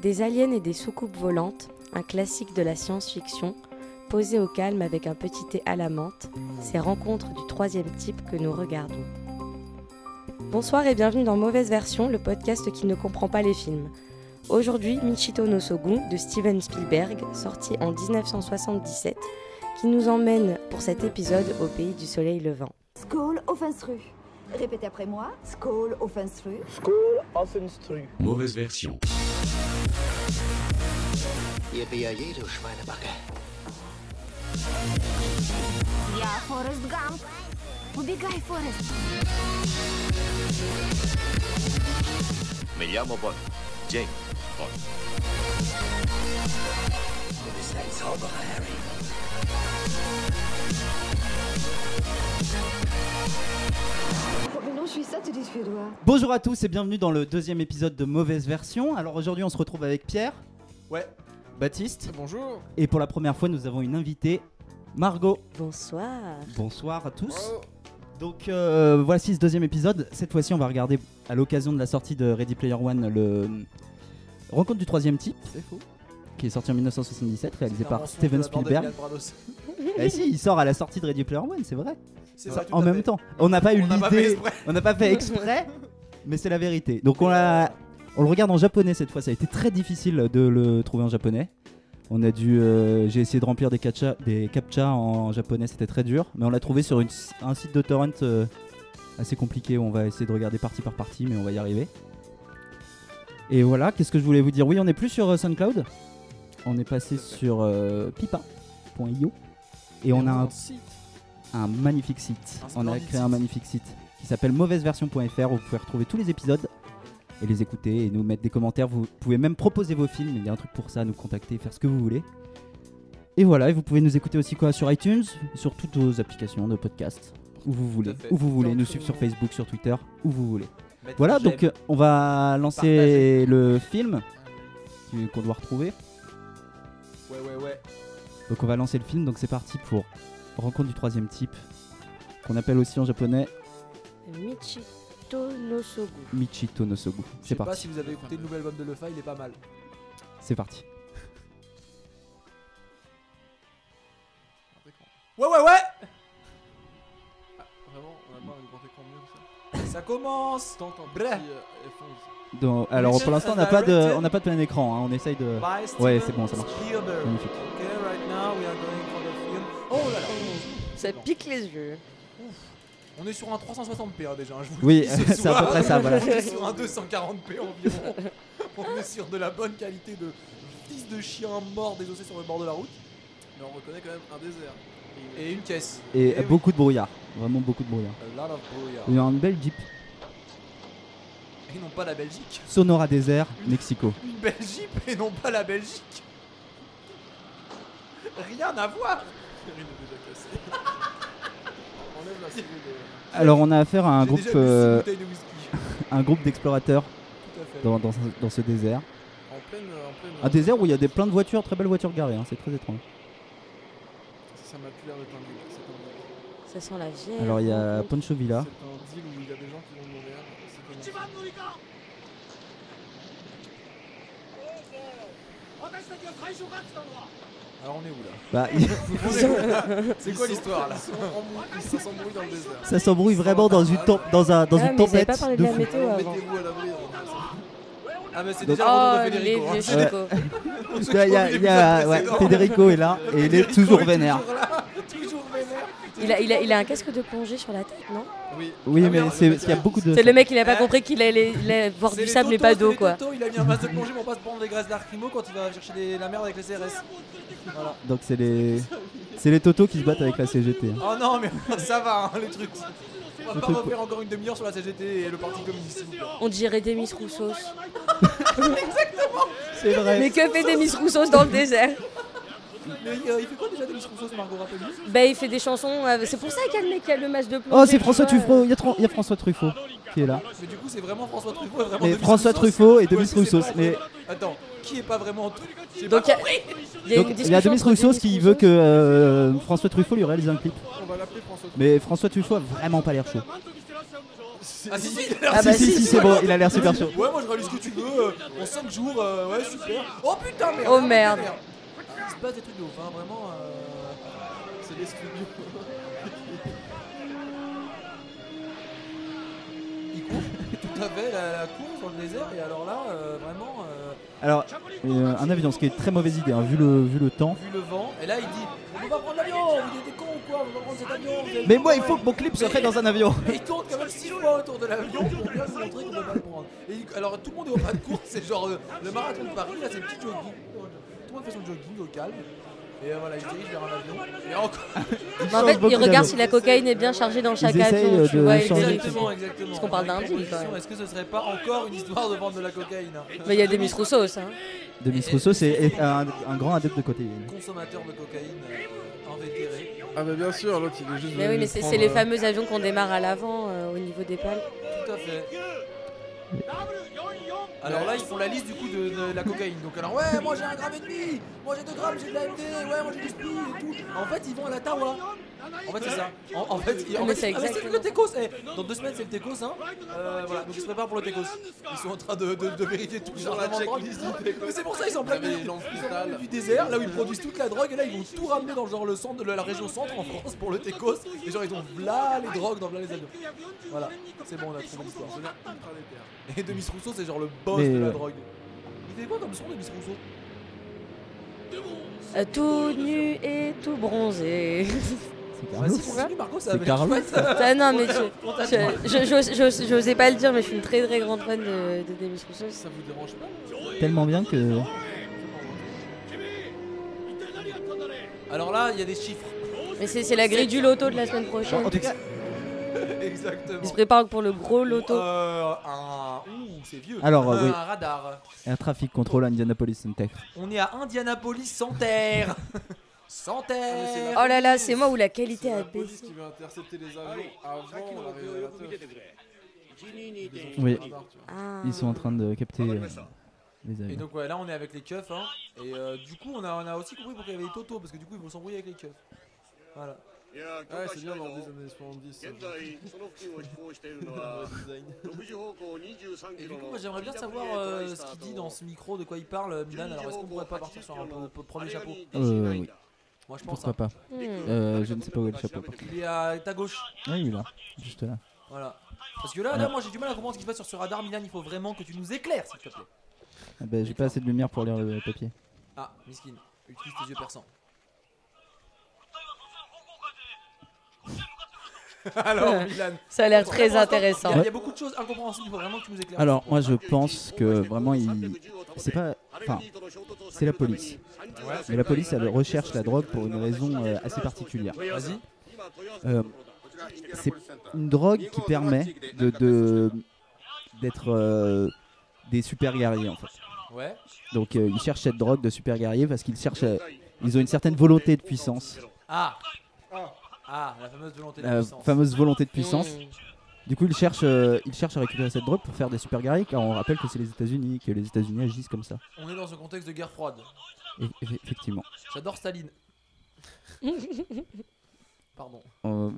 Des aliens et des soucoupes volantes, un classique de la science-fiction, posé au calme avec un petit thé à la menthe, ces rencontres du troisième type que nous regardons. Bonsoir et bienvenue dans Mauvaise Version, le podcast qui ne comprend pas les films. Aujourd'hui, Michito no Sogun de Steven Spielberg, sorti en 1977, qui nous emmène pour cet épisode au pays du soleil levant. Skål au Finstru. Répétez après moi. Skål au Finstru. Skål Offenstrü. Mauvaise version. Ihr Bier je, du Schweinebacke. Я Форест Гамп. Убегай, Форест. Mi llamo Bond. James Bond. Du bist ein Zauberer, Harry. Oh, mais non, je suis ça, tu dis suédois. Bonjour à tous et bienvenue dans le deuxième épisode de Mauvaise Version. Alors aujourd'hui on se retrouve avec Pierre. Ouais. Baptiste. Bonjour. Et pour la première fois nous avons une invitée, Margot. Bonsoir. Bonsoir à tous. Donc euh, voici ce deuxième épisode. Cette fois-ci on va regarder à l'occasion de la sortie de Ready Player One le Rencontre du troisième type C'est faux. qui est sorti en 1977 réalisé par Steven Spielberg. C'est Et si il sort à la sortie de Ready Player One, c'est vrai. ça. tout en à même fait. temps. On n'a pas eu On n'a pas fait l'idée. exprès. On n'a pas fait exprès, mais c'est la vérité. Donc on l'a, on le regarde en japonais cette fois. Ça a été très difficile de le trouver en japonais. On a dû, euh, j'ai essayé de remplir des captcha, des captcha en japonais, c'était très dur. Mais on l'a trouvé sur une- un site de torrent euh, assez compliqué. On va essayer de regarder partie par partie, mais on va y arriver. Et voilà, qu'est-ce que je voulais vous dire Oui, on n'est plus sur euh, SoundCloud. On est passé sur euh, pipa.io. Et on a un site. un magnifique site. Un On a splendide créé un site. magnifique site qui s'appelle mauvaiseversion.fr où vous pouvez retrouver tous les épisodes et les écouter et nous mettre des commentaires. Vous pouvez même proposer vos films, il y a un truc pour ça, nous contacter, faire ce que vous voulez. Et voilà, et vous pouvez nous écouter aussi quoi sur iTunes, sur toutes vos applications de podcast, où vous voulez, fait. où vous voulez, Dans nous tout- suivre sur Facebook, sur Twitter, où vous voulez. Mettre Voilà, j'aime. donc euh, on va lancer Partagez. le film qui- qu'on doit retrouver. Ouais, ouais, ouais. Donc on va lancer le film, donc c'est parti pour Rencontre du troisième type, qu'on appelle aussi en japonais Michito no Sogun. Michito no Sogu. Je C'est sais pas parti, si vous avez écouté le nouvel album de Lefa, il est pas mal. c'est parti. Ouais, ouais, ouais Ah, Vraiment, on a pas un grand écran mieux ça. Ça commence T'entends Bref Donc, alors pour l'instant, on n'a pas de, Directed. on n'a pas de plein écran. hein, on essaye de. Bah, Ouais, c'est bon, ça marche. Spielberg. Magnifique. Ok, right now we are going for the film. Oh là là Ça Bon. pique les yeux. On est sur un 360p hein, déjà, hein, je vous Oui, le dis ce c'est à peu soir. près ça, voilà. On est sur un 240p environ. on est sur de la bonne qualité de fils de chien mort désossé sur le bord de la route. Mais on reconnaît quand même un désert. Et une caisse. Et eh oui. beaucoup de brouillard, vraiment beaucoup de brouillard. A lot of brouillard. Il y a une belle Jeep. Et non pas la Belgique. Sonora désert, Mexico. Une Belgique et non pas la Belgique. Rien à voir. Alors on a affaire à un J'ai groupe, déjà bu six euh, bouteilles de whisky. un groupe d'explorateurs Tout à fait. dans, dans, ce- dans ce désert. En pleine, en pleine. Un désert où il y a des plein de voitures, très belles voitures garées. hein, c'est très étrange. Ça m'a plus l'air d'être un deal. C'est un deal. Ça sent la vieille. Alors il y a Poncho Villa. C'est un deal où il y a des gens qui vont mourir. C'est un deal. Alors on est où là Bah, C'est quoi l'histoire là Ils sont embrouillés- Ils sont embrouillés dans le désert. ça s'embrouille vraiment dans une tem- dans un dans Ah, mais une ils avaient tempête pas parlé de de la fou. météo avant. Mettez-vous à l'abri. hein. Ah mais c'est Donc- déjà Oh, le retour de les Federico. hein. vieux Ouais. chocos. Pour ceux Bah, Il y qui ont vu a, il y a- l'épisode ouais, précédent. Federico est là et il est Federico toujours est vénère. Toujours là, toujours vénère. Il a, il, a, il a un casque de plongée sur la tête, non Oui. Oui, Ah, mais merde, c'est le parce qu'il y a mec, beaucoup de. C'est le mec, il a pas Ouais. compris qu'il allait, il allait voir Euh, C'est du les sable mais totos, pas c'est d'eau, les quoi. totos, il a mis un masque de plongée pour pas se prendre les gaz lacrymo quand il va chercher des- la merde avec les CRS. Voilà. Donc c'est les. C'est les totos qui se battent avec la CGT. hein. Oh non, mais ça va, hein, les trucs. On va Le pas truc- refaire encore une demi-heure sur la CGT et le Parti communiste. s'il vous plaît. On dirait Demis Roussos. C'est Mais vrai. que fait Demis Roussos dans le désert Mais euh, il fait quoi déjà Denis Rousseau, ce Margot rappelle Bah, il fait des chansons. euh, C'est pour ça qu'il y a le mec qui a le masque de plongée. Oh, c'est François tu vois. Truffaut. Il y, a Tran- il y a François Truffaut qui est là. Mais du coup, c'est vraiment François Truffaut et vraiment Mais Demis François Rousseau, Truffaut et c'est- Demis Ouais, c'est Roussos. pas- Mais Attends, qui est pas vraiment. Tru- je sais Donc, pas. il y a, il y a une donc il y a discussion Demis entre Roussos qui veut que euh, François Truffaut lui réalise un clip. On va l'appeler François. Mais François Truffaut a vraiment pas l'air chaud. Ah si, si, il a l'air Ah bah si, si, si, si, si. c'est bon, il a l'air super chaud. Ouais, moi je réalise ce que tu veux euh, en 5 jours, euh, ouais, super. Oh putain, merde! Oh, merde. Ah, C'est pas des trucs de ouf, hein, vraiment. euh, C'est des studios. Il court tout à fait la, la course dans le désert, et alors là, euh, vraiment, euh, Alors, euh, un avion, ce qui est très mauvaise idée, hein, vu, le, vu le temps. vu le vent, et là il dit On peut pas prendre l'avion, vous êtes des cons ou quoi, on peut pas prendre cet avion. vous allez Mais le moi, il prendre, faut que mon clip soit fait dans un avion. Et il tourne quand même 6 fois autour de l'avion pour bien vous montrer qu'on peut pas le prendre. Et il- alors tout le monde est au pas de course, c'est genre euh, le marathon de Paris, là c'est le petit jogging. Tout le monde fait son jogging au calme. Et euh, voilà, il se dirige vers un avion. Et encore. Mais Bah, en fait, il regarde si la cocaïne est bien chargée dans chaque essayent, avion. euh, Tu de vois, il changer vérifie. Exactement, exactement. Parce qu'on parle d'un Avec deal, la position, quand même. Est-ce que ce serait pas encore une histoire de vendre de la cocaïne hein Mais il y a des Miss Rousseau aussi. Hein. Demis Rousseau, c'est un, un grand adepte de côté. Consommateur de cocaïne euh, invétéré. Ah bah bien sûr, l'autre il est juste. Mais oui, venu mais c'est prendre, c'est les euh, fameux avions qu'on démarre à l'avant euh, au niveau des pales. Tout à fait. Alors là, ils font la liste du coup de, de la cocaïne. Donc alors, ouais, moi j'ai un gramme et demi, moi j'ai deux grammes, j'ai de la MD, ouais, moi j'ai du speed et tout. En fait, ils vont à la Tawa. En fait, c'est ça. En, en fait, ils- en Mais fait, c'est ah, mais exactement. le Tecos. eh. Dans deux semaines, c'est le Tecos. Hein. Euh, voilà, donc ils se préparent pour le Tecos. Ils sont en train de, de- de vérifier tout le genre la de drogue. checklist du Tecos. Ah, Mais c'est pour ça, ils sont en plein Vous avez milieu les du- lampes ils sont en plein pétales. milieu du désert, là où ils produisent toute la drogue. Et là, ils vont tout ramener dans genre le centre, la région centre en France pour le Tecos. Et genre, ils ont là les drogues dans là les avions. Voilà, c'est bon, on a trouvé l'histoire. c'est l'air ultra déter. Et Demis Rousseau, c'est genre le boss Mais, de la euh, drogue. Il fait quoi comme son, Demis Rousseau Euh, tout nu et tout bronzé. C'est Vas-y, Carlos. continue, Marco, ça C'est avait l'air Carlos. chouette. ça. Ah non, mais On je- t'attend. je- je- j'ose- j'ose- j'osais pas le dire, mais je suis une très très grande fan de, de Demis Rousseau. Ça vous dérange pas Tellement bien que. Alors là, il y a des chiffres. Mais c'est c'est la grille du loto de la semaine prochaine. En tout cas, Exactement. Il se prépare pour le gros loto. Euh, un. Ouh, c'est vieux. Alors, un, euh, oui. un radar. Air Traffic Control Indianapolis Center. On est à Indianapolis sans terre. sans Ah, terre. Oh là là, c'est moi où la qualité C'est a la police baissé. qui veut intercepter les Ah avions avant l'arrivée de la teuf. Oui. Radar, tu vois. Ah. Ils sont en train de capter euh, les Et avions. donc, ouais, là, on est avec les keufs. Hein. Et euh, du coup, on a, on a aussi compris pourquoi il y avait les totos. Parce que du coup, ils vont s'embrouiller avec les keufs. Voilà. Ah Ouais, c'est bien dans les années 70. ça. Le design. Et du coup, moi j'aimerais bien savoir euh, ce qu'il dit dans ce micro, de quoi il parle, euh, Milan. Alors, est-ce qu'on pourrait pas partir sur un peu- peu- premier chapeau Euh, oui. Moi je pense. Pourquoi hein. pas Hmm. euh, Je ne sais pas où est le chapeau. par contre. Il est à ta gauche. Ah, il est là. Juste là. Voilà. Parce que là, Ah. là, moi j'ai du mal à comprendre ce qui se passe sur ce radar, Milan. Il faut vraiment que tu nous éclaires, s'il te plaît. Ah bah, j'ai pas assez de lumière pour lire le papier. Ah, Miskin, utilise tes yeux perçants. Alors, Milan. Ça a l'air très Pour l'instant, intéressant. Il y a- il y, a beaucoup de choses incompréhensibles. Il faut vraiment que tu nous éclaires. Alors, moi, je pense que vraiment, il. C'est pas. Enfin, c'est la police. Mais la police, elle recherche la drogue pour une raison euh, assez particulière. Vas-y. Euh, c'est une drogue qui permet de de- d'être euh, des super guerriers en fait. Ouais. Donc euh, ils cherchent cette drogue de super guerriers parce qu'ils cherchent, euh, ils ont une certaine volonté de puissance, Ah. Ah, la fameuse volonté de la la puissance. fameuse volonté de puissance. Hmm. Du coup ils cherchent, euh, ils cherchent à récupérer cette drogue pour faire des super guerriers car on rappelle que c'est les États-Unis, que les États-Unis agissent comme ça. On est dans un contexte de guerre froide. Et- et- effectivement. J'adore Staline. Pardon. On va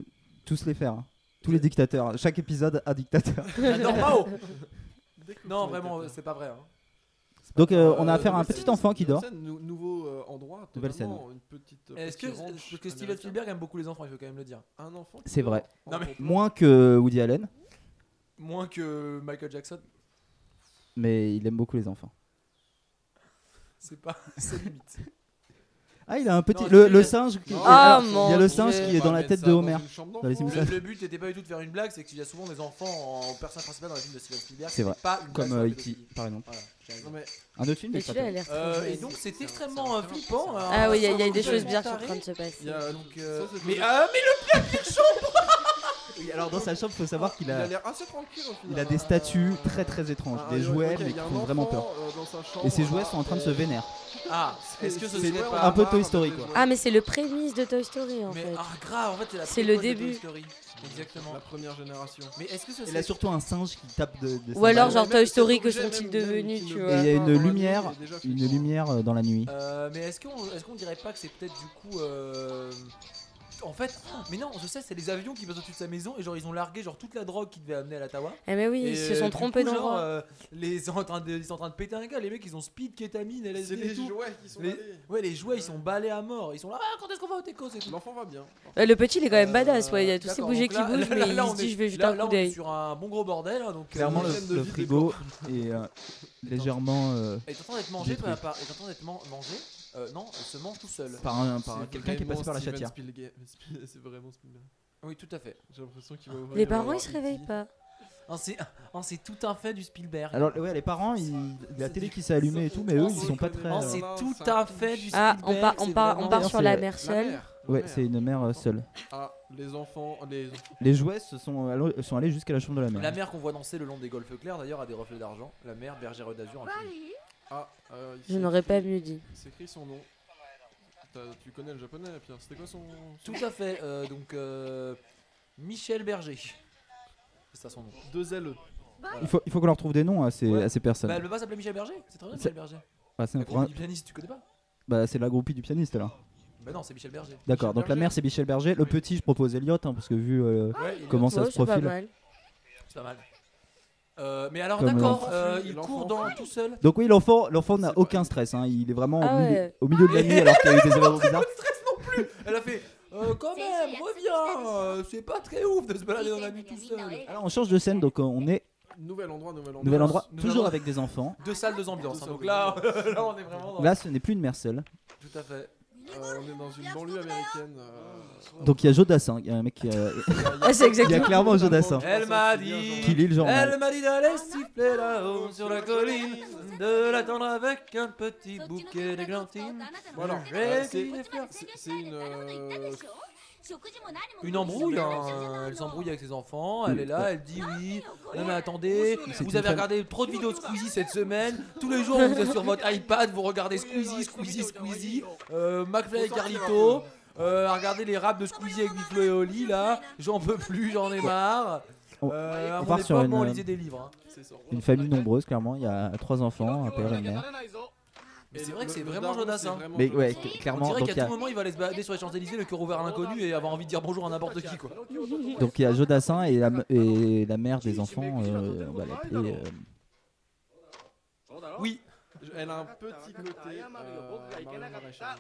tous les faire, hein. tous les dictateurs. Chaque épisode a dictateur. J'adore Mao. Dès que Non, vous vraiment, mettez- c'est pas vrai. hein. Donc euh, on a Euh, affaire à un nouvelle petit scène, enfant qui dort. nouvelle scène, nou- nouveau euh, endroit. Nouvelle scène, totalement, Une petite. euh, Est-ce que, petit ranch parce que Steven américain. Spielberg aime beaucoup les enfants, il faut quand même le dire. Un enfant qui C'est dort vrai. en Non, mais- complot. Moins que Woody Allen, Moins que Michael Jackson, mais il aime beaucoup les enfants. c'est pas, c'est limite. Ah, il a un petit. Non, le, il le a- singe. qui- Non, Ah, alors, mon Il y a le singe Dieu. qui est dans la Mettre tête ça de Homer. une chambre bah, dans les d'enfant. Simpsons. Le, le but était pas du tout de faire une blague, c'est qu'il y a souvent des enfants en personne principale dans les films de Steven Spielberg. C'est vrai. Pas une Comme blague sur la euh, E.T. pédophilie. par exemple. Voilà, j'ai raison. Non, mais Un autre film Mais je sais celui-là pas. a l'air très Euh, joli. et donc c'est extrêmement euh, flippant. Ah oui, il y a- il y, a des euh, choses bizarres qui sont en taré. train de se passer. il y a. Donc, euh, ça, c'est- mais, euh, mais le Oui, Alors dans sa chambre, faut savoir qu'il a, l'air assez tranquille au final. Ah, il a des statues très très étranges, des jouets mais qui font vraiment peur. euh, Et ces jouets sont en train de se vénérer. Ah, est-ce que ce C'est serait un pas. peu Toy Story, euh, quoi. Ah, mais c'est le prémisse de Toy Story en Mais fait. ah grave, en fait c'est la C'est le préquelle de Toy début. Story. Exactement. La première génération. Mais est-ce que ce Il a serait surtout un singe qui tape de. de Ou sa alors, main. Oh genre Mais Toy même Story, si que c'est sont-ils obligé, même- devenus, même tu s'il vois Et il y a Ah, une dans la lumière, nuit, il est déjà une flippant. lumière euh, dans la nuit. Euh, mais est-ce qu'on est-ce qu'on dirait pas que c'est peut-être du coup euh, en fait, ah, mais non, je sais, c'est les avions qui passent au-dessus de sa maison et genre ils ont largué genre toute la drogue qui devait amener à l'Atawa. Eh mais oui, Et, ils se euh, sont du trompés coup, genre, d'endroit. euh, les ils sont en train de ils sont en train de péter un gars, les mecs ils ont speed, kétamine, C'est LSD et les tout. jouets qui sont Les- allés. Ouais, les jouets ils sont balés à mort, ils sont là ah, quand est-ce qu'on va au Tecos et tout. L'enfant va bien. Euh, le petit, il est quand même Euh, badass, ouais. Il y a tous ces d'accord, bougies donc qui là- bougent, là- mais là, il on se dit, est- je vais jeter là- un là, coup on est d'œil. sur un bon gros bordel, hein, donc euh, Clairement, chaîne de le, le vie des frigo est euh, légèrement euh, Et t'entends d'être mangé Détruit. par, par- et t'entends d'être man- mangé euh, non, elle se mange tout seul. par, un- par C'est quelqu'un qui est passé vraiment par la Steven chatière. Spielberg. C'est vraiment Spielberg. Oui, tout à fait. J'ai l'impression qu'il va ouvrir. Les il va parents, voir ils se réveillent E.T.. pas. Hein, c'est hein, c'est tout un fait du Spielberg. Alors, ouais, les parents, ils- la télé qui s'est allumée et tout, mais eux, ils sont pas très. Hein, alors- c'est Non, tout c'est un un truc. fait du Spielberg. Ah, on part, on c'est part, on vraiment- part Non, sur c'est- la mer La seule. mère. la Ouais, mère. c'est une mère euh, seule. Ah, les enfants, les enfants. Les jouets se sont, allo- sont allés jusqu'à la chambre de la mère. La mer qu'on voit danser le long des golfes clairs d'ailleurs a des reflets d'argent. La mer, bergère d'azur, un film. Ah, euh, il Je s'est n'aurais pas écrit- mieux dit. il s'est écrit son nom. T'as- Tu connais le japonais, Pierre. C'était quoi son. son- Tout à fait, euh, donc euh, Michel Berger. C'est ça son nom. Deux LE. Il faut, il faut qu'on leur trouve des noms à ces, Ouais. à ces personnes. Bah, elle peut pas s'appeler Michel Berger C'est très bien C'est- Michel Berger. Ah, c'est un- La groupie pianiste, tu connais pas bah, c'est la groupie du pianiste là. Bah non, c'est Michel Berger. Ah, D'accord, donc la Berger. mère c'est Michel Berger. Le petit, je propose Elliot hein, parce que vu euh, Ouais, il est- comment ça Ouais, se c'est pas profile. mal. C'est pas mal. Euh, mais alors, Comme, euh, d'accord, l'enfant euh, fui, il l'enfant court dans tout seul. Donc, oui, l'enfant l'enfant n'a C'est pas- aucun stress. hein. Il est vraiment Ah au, milieu, ouais. au milieu de la nuit alors qu'il y a eu des événements bizarres. Elle a fait euh, quand C'est même, génial, reviens euh, C'est pas très ouf de se balader dans la nuit tout seul. Alors, on change de scène, donc euh, on est Nouvel endroit, nouvel endroit. nouvel endroit, nouvel toujours endroit. avec des enfants. Deux salles, deux ambiances. hein, Deux donc salles, là, là, on est vraiment dans. Là, ce n'est plus une mère seule. Tout à fait. Euh, on est dans une banlieue américaine. euh, Donc, il y a Joe Dassin. Il y a un mec qui. euh, Ah, c'est il y a exactement. clairement Joe Dassin hein. Elle m'a dit. qui lit le journal. Elle m'a dit d'aller siffler là-haut sur la colline, de l'attendre avec un petit bouquet d'églantines. Voilà. J'ai Euh, dit les c'est- fleurs. C'est c'est une. euh, Une embrouille, hein. elle s'embrouille avec ses enfants, elle est là, elle dit oui, non mais attendez, C'est une vous avez femme. regardé trop de vidéos de Squeezie cette semaine, tous les jours vous êtes sur votre iPad, vous regardez Squeezie, Squeezie, Squeezie, euh, McFly et Carlito, euh, regardez les raps de Squeezie avec Biflo et Oli là, j'en peux plus, j'en ai marre. On- Euh, on à mon part époque, sur une, moi, on euh, lisait des livres. hein. c'est ça. Une famille nombreuse, clairement. Il y a trois enfants, un père et une mère. Mais Et c'est le- vrai que le- c'est le vraiment daron, Jonas. c'est hein. vraiment Mais Jonas. ouais, cl- On clairement. dirait Donc il y qu'à a, tout moment il va aller se balader sur les Champs-Élysées, le cœur ouvert à l'inconnu et avoir envie de dire bonjour à n'importe qui quoi. donc il y a Joe Dassin et la, et la mère des enfants. euh, on va l'appeler. euh, Oui, Je- Elle a un petit côté. euh, Marion Maréchal.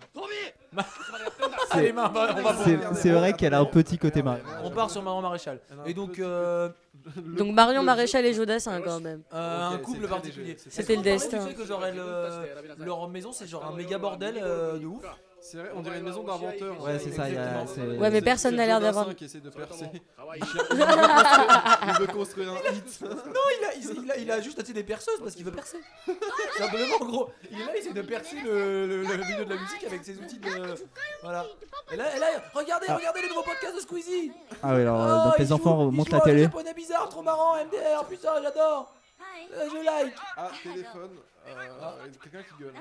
allez, main, bah, on va C'est- pour- c'est vrai qu'elle a un petit côté Marion. On part sur Maman Maréchal. Elle a un Et donc, petit euh, Donc Marion Maréchal et Jodassin quand même. Euh, Ok, un couple c'est très particulier. léger, c'est C'était Est-ce le qu'on parlait destin. du fait que genre, elle, euh, leur maison, c'est genre un méga bordel euh, de ouf. C'est vrai, on dirait une maison d'inventeur. Ouais, c'est ça, il y a- Exactement. c'est- Ouais, mais personne n'a l'air d'avoir- qui essaie de percer. Il cherche- il veut construire- il veut construire un hit. Il a, il, il a, il a juste acheté des perceuses parce qu'il veut percer. Simplement, en gros, il est là, il essaie de percer le, le- le milieu de la musique avec ses outils de. Voilà. Et là, et là regardez, Ah. regardez les nouveaux podcasts de Squeezie. Ah oui, alors Oh, euh, donc il les joue- enfants il montent joue la à un télé. japonais bizarre, trop marrant, MDR, putain, j'adore. Euh, je like. Ah, téléphone. euh, et Quelqu'un qui gueule.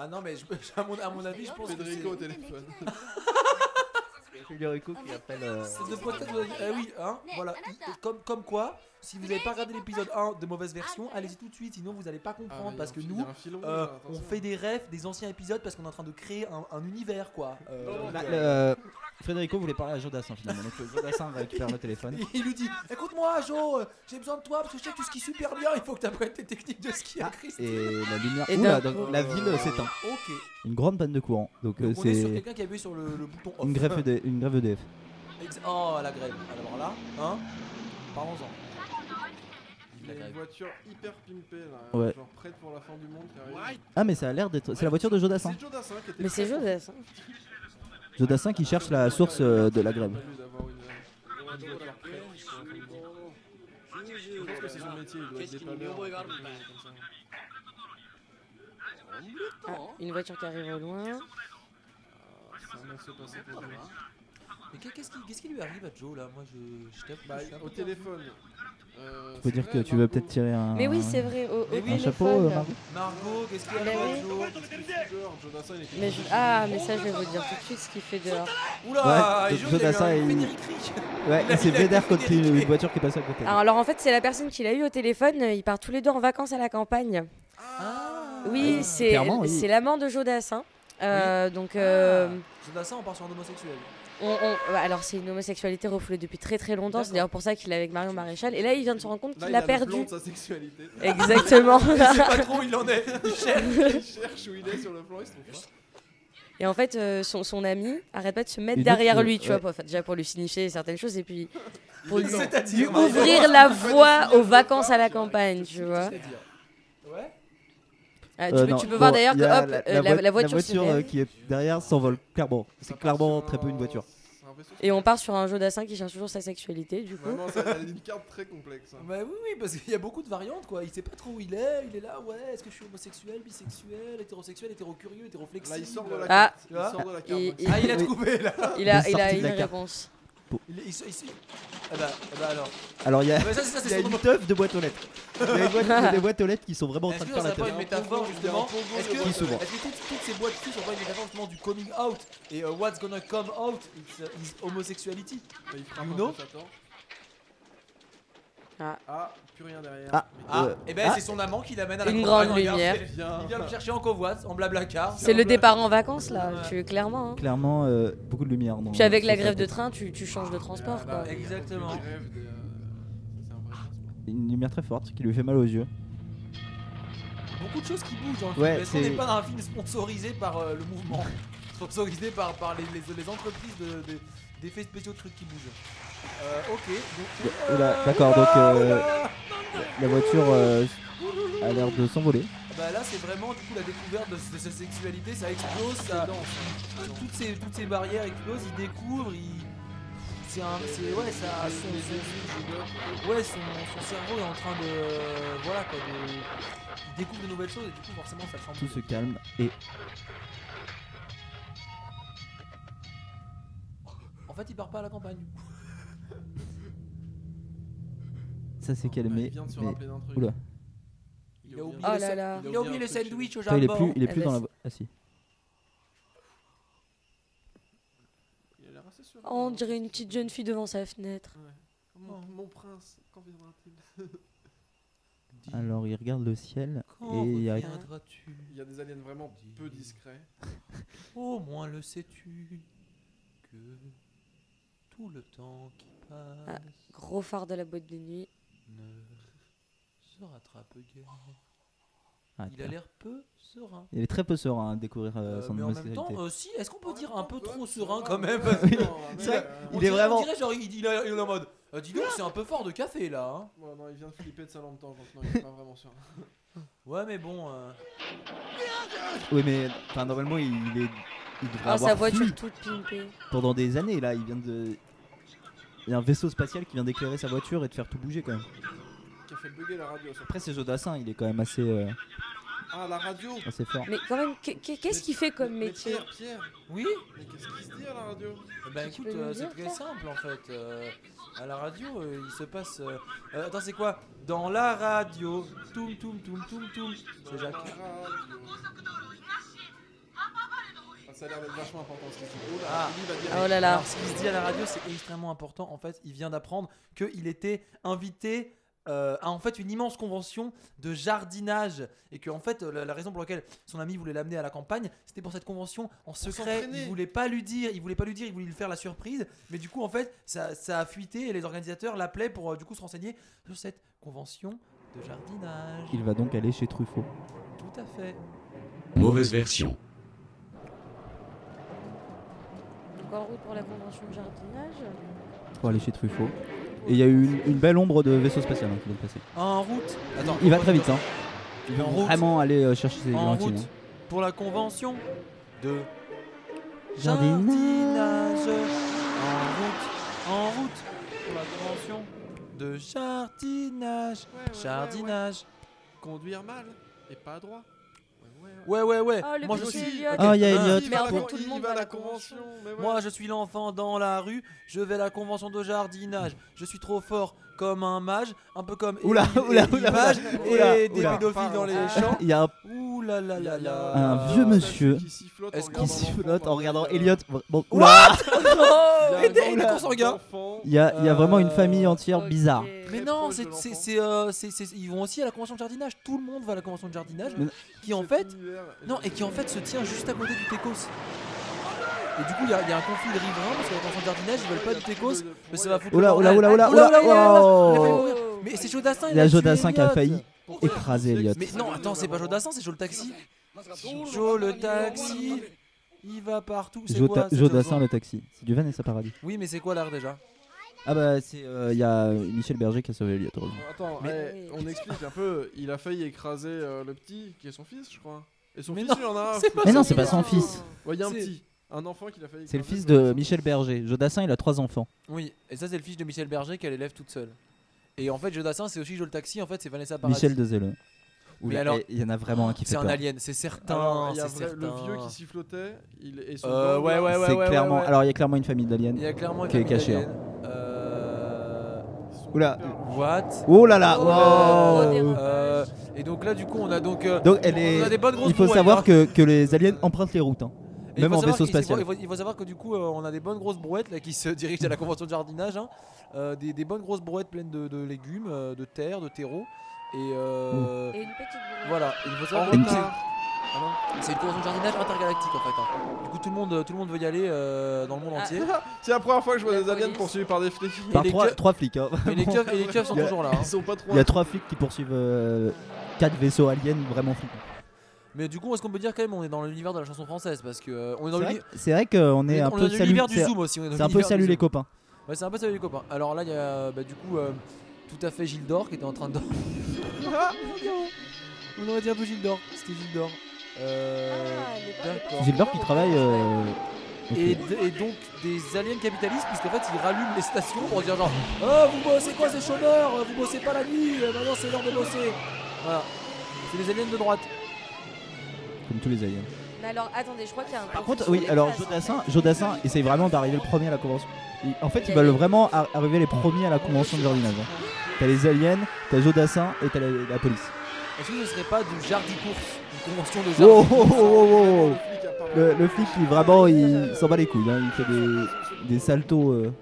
Ah non, mais je- à, mon, à mon avis, je pense que c'est. Federico au téléphone. qui appelle. euh, C'est de podcast, vous avez dit- eh oui, hein, voilà. Et Comme, comme quoi, si vous n'avez pas regardé l'épisode 1 de mauvaise version, allez-y tout de suite, sinon vous n'allez pas Ah, comprendre mais parce il que y a un nous, fil- il y a un fil rouge, euh, là, attention. on fait des refs des anciens épisodes parce qu'on est en train de créer un, un univers, quoi. Euh, Frédérico Bah, voulait parler à Jodassin finalement. Donc euh, Jodassin récupère le téléphone. euh, il lui dit Écoute-moi, Jo, euh, j'ai besoin de toi parce que je sais que tu skis super bien, il faut que tu apprennes tes techniques de ski à Christ. Ah, Et la lumière. Et Oula, d'un donc, coup- la ville euh, s'éteint. Ok, Une grande panne de courant. Donc euh, on est sur c'est quelqu'un qui a appuyé sur le, le bouton off. une grève, EDF, une grève EDF. Ex- Oh, la grève. Alors là, hein, parlons-en. Il y a une voiture hyper pimpée là. hein, Ouais. Genre prête pour la fin du monde qui arrive. Ah mais ça a l'air d'être. C'est la voiture de Jodassin. C'est Joe Dassin qui était. Mais c'est hein. Jodassin. Jodassin qui cherche la source euh, de la grève. Pas lui d'avoir une- euh, une voiture prête pour la fin du monde. Je pense que c'est son métier, il doit être dépanneur, un truc comme ça. Ah, une voiture qui arrive au loin. C'est un morceau passé pour lui. Mais qu'est- qu'est-ce qui, qu'est-ce qui lui arrive à Jo là Moi, je, je tape. Bah, je suis un peu au téléphone. Euh, Faut c'est dire vrai, que tu veux Margot, peut-être tirer un. Mais oui, c'est vrai. Au, au Mais oui. Un téléphone. chapeau, euh, Margot Margot, qu'est-ce qu'il y Mais Ah, bah a toi, oui. Jo Scooter, Jonathan, il est Mais je- Ah, mais ça, je vais vous dire tout de suite ce qu'il fait dehors. Oula, Ouais, et Jo- Jo, il a eu Jodassin, un il- Frédéric Ric. Ouais, Il a- c'est il a Védère été quand il une déliqué. voiture qui passe à côté. Alors, alors, en fait, c'est la personne qu'il a eue au téléphone. Ils partent tous les deux en vacances à la campagne. Ah, Oui, c'est clairement, oui. c'est l'amant de Jodassin. hein. Euh, Donc, euh, Ah. Jodassin, on part sur un homosexuel. on- on- ouais, alors, c'est une homosexualité refoulée depuis très très longtemps. C'est d'ailleurs pour ça qu'il est avec Marion Maréchal. Et là, il vient de se rendre compte Là, qu'il il a le perdu. plan de sa sexualité. Exactement. Il sait pas trop où il en est. Il cherche, il cherche où il est sur le plan, il se trouve pas. Et en fait, euh, son, son ami arrête pas de se Et mettre donc, derrière euh, lui, tu ouais. vois, pour- enfin, déjà pour lui signifier certaines choses et puis pour Oh lui C'est-à-dire, ouvrir la voie aux vacances à la campagne, tu vois. C'est-à-dire. Ouais. Ah, tu, Euh, peux, non, tu peux bon, voir d'ailleurs que il y a hop, euh, la, voi- la voiture, se lève euh, qui est derrière s'envole clairement. Ça C'est part clairement sur très peu une un- voiture. C'est un vaisseau. et on part sur un jeu d'assin qui cherche toujours sa sexualité, du coup. Vraiment, ça, elle a une carte très complexe. hein. Bah oui, oui, parce qu'il y a beaucoup de variantes, quoi. Il sait pas trop où il est, il est là, ouais, est-ce que je suis homosexuel, bisexuel, hétérosexuel, hétérocurieux, hétéroflexible Là, il sort de la Ah. carte. Il sort de la carte. Il- Max. il- Ah, il a Oui. trouvé, là Il a, Il est il a sorti de une la carte. réponse. Il est ici, ici. Ah bah, ah bah alors. Alors il y a, Ah bah ça, c'est ça, il y a c'est son une teuf de boîtes aux lettres. Il y a une boîte- il y a des boîtes aux lettres qui sont vraiment en Est-ce train que de faire ça la n'a pas tête. une métaphore Il y a un justement pogo, il y a un Est-ce que, Qui se vend. est-ce que toutes, toutes ces boîtes filles sont pas une métaphore justement du coming out et euh, what's gonna come out is, is homosexuality Bah, il frappe You un know peu, j'attends. Ah. Ah, plus rien derrière. Ah. Mais Ah, Euh, et ben ah. c'est son amant qui l'amène à la Une campagne, grande regarde, lumière. c'est- Viens. Il vient me chercher en convoite, en blabla car. C'est bah, le départ en vacances là, Ouais. tu clairement. hein. Clairement euh, beaucoup de lumière. non Puis avec la sur grève de tête. train, tu, tu changes de Bah, transport Là, quoi. là, il y a Exactement. une grève des, euh, C'est un vrai transport. Une lumière très forte qui lui fait mal aux yeux. Beaucoup de choses qui bougent dans le Ouais, film. Est-ce qu'on c'est- n'est pas dans un film sponsorisé par euh, le mouvement Sponsorisé par, par les, les- les entreprises de- de- d'effets spéciaux de trucs qui bougent. Euh, ok. donc- Et là, D'accord donc euh, la voiture euh, a l'air de s'envoler. Bah là c'est vraiment du coup la découverte de, de sa sexualité, ça explose, ça, hein. toutes, ces, toutes ces barrières explosent, il découvre, il... C'est un... C'est, ouais, ça, son, son- ouais son, son cerveau est en train de... Voilà quoi, de, il découvre de nouvelles choses et du coup forcément ça le sent Tout se calme et En fait il part pas à la campagne. ça s'est Non, bah, calmé. Il vient de se mais- rappeler d'un truc. Oula. Il a oublié, Oh le, là sa- là. Il a oublié le un truc sandwich au Attends, il est jambon. plus, il est Ah plus bah dans la si. voiture. Ah si. chez- Il a l'air assez sûr. Oh, on dirait une petite jeune fille devant sa fenêtre. euh, Mon, mon prince, quand viendra-t-il Alors il regarde le ciel Quand et il y a- reviendras-tu Il y a des aliens vraiment peu discrets. Au moins le sais-tu que tout le temps qui passe... Ah. Gros phare de la boîte de nuit. ne se rattrape guère. Ah, Il a l'air peu serein. Il est très peu serein à découvrir euh, Euh, son mais en même homosexualité. temps, euh, si, est-ce qu'on peut En dire même un temps, peu toi, trop tu serein vas quand pas- même Ouais, parce que- non, mais, c'est vrai, euh, on il est dirait- vraiment- On dirait genre, il, il a- il est en mode. euh, dis donc, c'est un peu fort de café là. hein. ouais, non, il vient de flipper de sa lampe torche, donc non, il est pas vraiment sûr. Ouais, mais bon. euh, Oui, mais enfin, normalement, il est. Il devrait Ah, avoir sa voiture fui toute pimpée. pendant des années. Là, il vient de. Il y a un vaisseau spatial qui vient d'éclairer sa voiture et de faire tout bouger quand même. Qui a fait bugger la radio. ça. Après, c'est Jodassin, il est quand même assez, euh, Ah, la radio assez fort. Mais quand même, qu'est- qu'est- qu'est-ce qu'il fait comme Mais- mais métier Pierre, Pierre, Oui mais qu'est-ce qui se dit à la radio Eh Ben Tu écoute, peux nous euh, c'est dire, très Pierre simple en fait. euh, à la radio, euh, il se passe. euh, euh, attends, c'est quoi Dans la radio. Toum, toum, toum, toum, toum. C'est Jacques. La radio. Ah, ça a l'air d'être vachement important ce qu'il dit. Oh là, Ah. Billy va dire. Ah, Oh là là. Alors, ce qui se dit à la radio, c'est extrêmement important. En fait, il vient d'apprendre qu'il était invité euh, à en fait une immense convention de jardinage et que en fait la, la raison pour laquelle son ami voulait l'amener à la campagne, c'était pour cette convention en secret. s'entraîner. Il voulait pas lui dire, il voulait pas lui dire, il voulait lui faire la surprise. Mais du coup, en fait, ça, ça a fuité et les organisateurs l'appelaient pour euh, du coup se renseigner sur cette convention de jardinage. Il va donc aller chez Truffaut. Tout à fait. Mauvaise version. Donc en route pour la convention de jardinage. Pour aller chez Truffaut. Et il y a eu une, une belle ombre de vaisseau spatial hein, qui vient de passer. En route. Attends, Il va très vite, hein. Il En va route. vraiment aller euh, chercher ses en lentilles. route hein. pour la convention de Jardinage. jardinage. En route, en route pour la convention de jardinage. Ouais, ouais, ouais, Jardinage. ouais. Conduire mal et pas à droit. Ouais, ouais, Ouais, ouais. ouais, ouais. Oh, le Moi, je petit suis... Elliot. Ah, il y a Un, Elliot. Il va à la Merde, con- tout le il monde va à la convention. convention. mais ouais. Moi, je suis l'enfant dans la rue. Je vais à la convention de jardinage. Je suis trop fort comme un mage, un peu comme Oula, Émile et oula, oula, Image oula, et oula, des oula. pédophiles dans les Ah. champs. Il y a un Ouh là ah là Il y là a- il y a là. Un vieux statue monsieur. qui sifflote en Est-ce qu'il regardant qui se l'enfant sifflote en dans regardant la- Elliot. Bon, What ouah Il y a un Oh Et des- et des grand courses en gars. enfant. Il y a, il y a vraiment une Euh, famille entière Ok. bizarre. Mais très non, proche c'est, de c'est- l'enfant. c'est, euh, c'est- c'est- ils vont aussi à la convention de jardinage. Tout le monde va à la convention de jardinage, Mais- qui en Cet fait, univers- non, et qui en fait se tient juste à côté du Técos. Et du coup, il y, a- il y a un conflit de riverains parce que dans son jardinage, ils veulent pas du Técos, mais ça va foutre. Oh là, le oh là, bordel. oh là, oh là, Ah, oh là, oh là, il a failli oh. mourir. Mais c'est Jodassin, Il il y a tué Jodassin qui a Elliot. failli écraser Elliot. Mais non, attends, c'est pas Jodassin, c'est Joe le taxi. Joe le taxi, il va partout. C'est quoi, Jota- cette Jodassin chanson le taxi. C'est du Vanessa Paradis. Oui, mais c'est quoi l'art déjà Ah bah c'est euh, il y a Michel Berger qui a sauvé Elliot. heureusement. Attends, eh, on explique un peu. Il a failli écraser euh, le petit, qui est son fils, je crois. Et son Mais fils, non, il en a un. c'est pas Mais non, c'est pas Ah, son fils. Il y a un C'est- petit, un enfant qu'il a failli. C'est le écraser, fils son de Michel Berger. Jodassin, il a trois enfants. Oui, et ça, c'est le fils de Michel Berger qu'elle élève toute seule. Et en fait, Jodassin, c'est aussi Joe le taxi, en fait, c'est Vanessa Paradis. Michel Dezelleux. Ouh Mais là, alors- eh, il y en a vraiment un qui fait C'est un peur. alien, c'est certain. Alors, il y a c'est vrai- le certain. vieux qui sifflotait, il et son Euh, gang ouais, là. ouais, ouais. C'est clairement. ouais. Alors il y a clairement une famille d'aliens. Il y a clairement qui est quelqu'un caché, hein. d'alien. Euh. Son Oula. père, What Oh là là. Oh wow. là là. Euh, Et donc là, du coup, on a donc. euh, Donc elle on a est. des bonnes grosses Il faut brouettes, hein. savoir que, que les aliens empruntent les routes. hein. Et il même faut en savoir vaisseau qu'il- c'est- spatial. Il faut, il faut savoir que du coup, euh, on a des bonnes grosses brouettes là, qui se dirigent à la convention de jardinage. hein. Euh, des, des bonnes grosses brouettes pleines de, de légumes, euh, de terre, de terreau. Et, euh, Et une petite voilà. Et il faut En savoir que Une c'est- retard. Ah c'est une convention de jardinage intergalactique en fait. hein. Du coup, tout le monde, tout le monde veut y aller euh, dans le Ah. monde entier. non. C'est la première fois que je vois La des aliens police. poursuivis par des flics. Par les trois, keufs- trois flics. hein. Et les Bon. keufs, et les keufs sont Il y a- toujours là. hein. Ils sont pas trop. Il y a trois flics qui poursuivent euh, quatre vaisseaux aliens vraiment flics. Mais du coup, est-ce qu'on peut dire quand même on est dans l'univers de la chanson française Parce que euh, on est dans C'est l'uni- vrai- C'est vrai qu'on on est est un dans peu salut. l'univers du c'est- Zoom aussi. on est dans C'est un peu l'univers du salut les Zoom. copains. Ouais, c'est un peu salut les copains. Alors là, il y a bah, du coup euh, tout à fait Gildor qui était en train de dormir. On aurait dit un peu Gildor. C'était Gildor. Euh, Ah, elle est pas- D'accord. Gilbert qui travaille. euh, ok. Et, d- et donc des aliens capitalistes, puisqu'en fait ils rallument les stations pour dire genre Ah, vous bossez quoi ces chômeurs Vous bossez pas la nuit euh, Maintenant c'est l'heure de bosser Voilà. C'est des aliens de droite. Comme tous les aliens. Mais alors, attendez, je crois qu'il y a un. Par contre, oui, alors Jodassin, Jodassin essaye vraiment d'arriver le premier à la convention. Il- en fait, Il ils y veulent a- vraiment ar- arriver les premiers à la convention de jardinage. hein. T'as les aliens, t'as Jodassin et t'as la, la police. Est-ce que ce serait pas du jardin course Une convention de Oh, jardin oh, oh, oh, oh. Les flics, apparemment. Le, le flic, il, vraiment, il s'en bat les couilles. hein. Il fait des, des saltos. euh.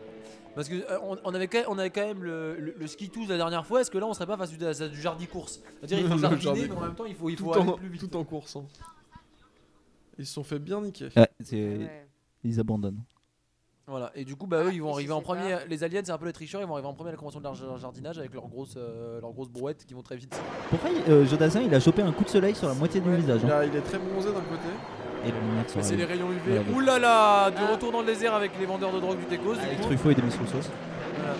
Parce que euh, on, on avait quand même, on avait quand même le, le, le ski tous la dernière fois, est-ce que là on serait pas face du, à du jardin course C'est-à-dire il faut Le jardiner jardin mais en même temps il faut, il tout faut en, aller plus vite. tout en hein. coursant. Ils se sont fait bien niquer. Ouais, Ah, c'est- Ils abandonnent. Voilà, et du coup bah eux ils vont Ah, arriver je en sais premier, les aliens c'est un peu les tricheurs, ils vont arriver en premier à la convention de jar- jardinage avec leurs grosses, euh, leurs grosses brouettes qui vont très vite. Pourquoi il- euh, Jodassin, il a chopé un coup de soleil sur la moitié du Ouais, visage il, hein. a- il est très bronzé d'un côté. Et la lumière sur Mais la- c'est les rayons UV. Voilà. Ouh là là, du retour dans le désert avec les vendeurs de drogue du Tecos. Ah, du Avec coup. Truffaut et Demis Roussos. Voilà.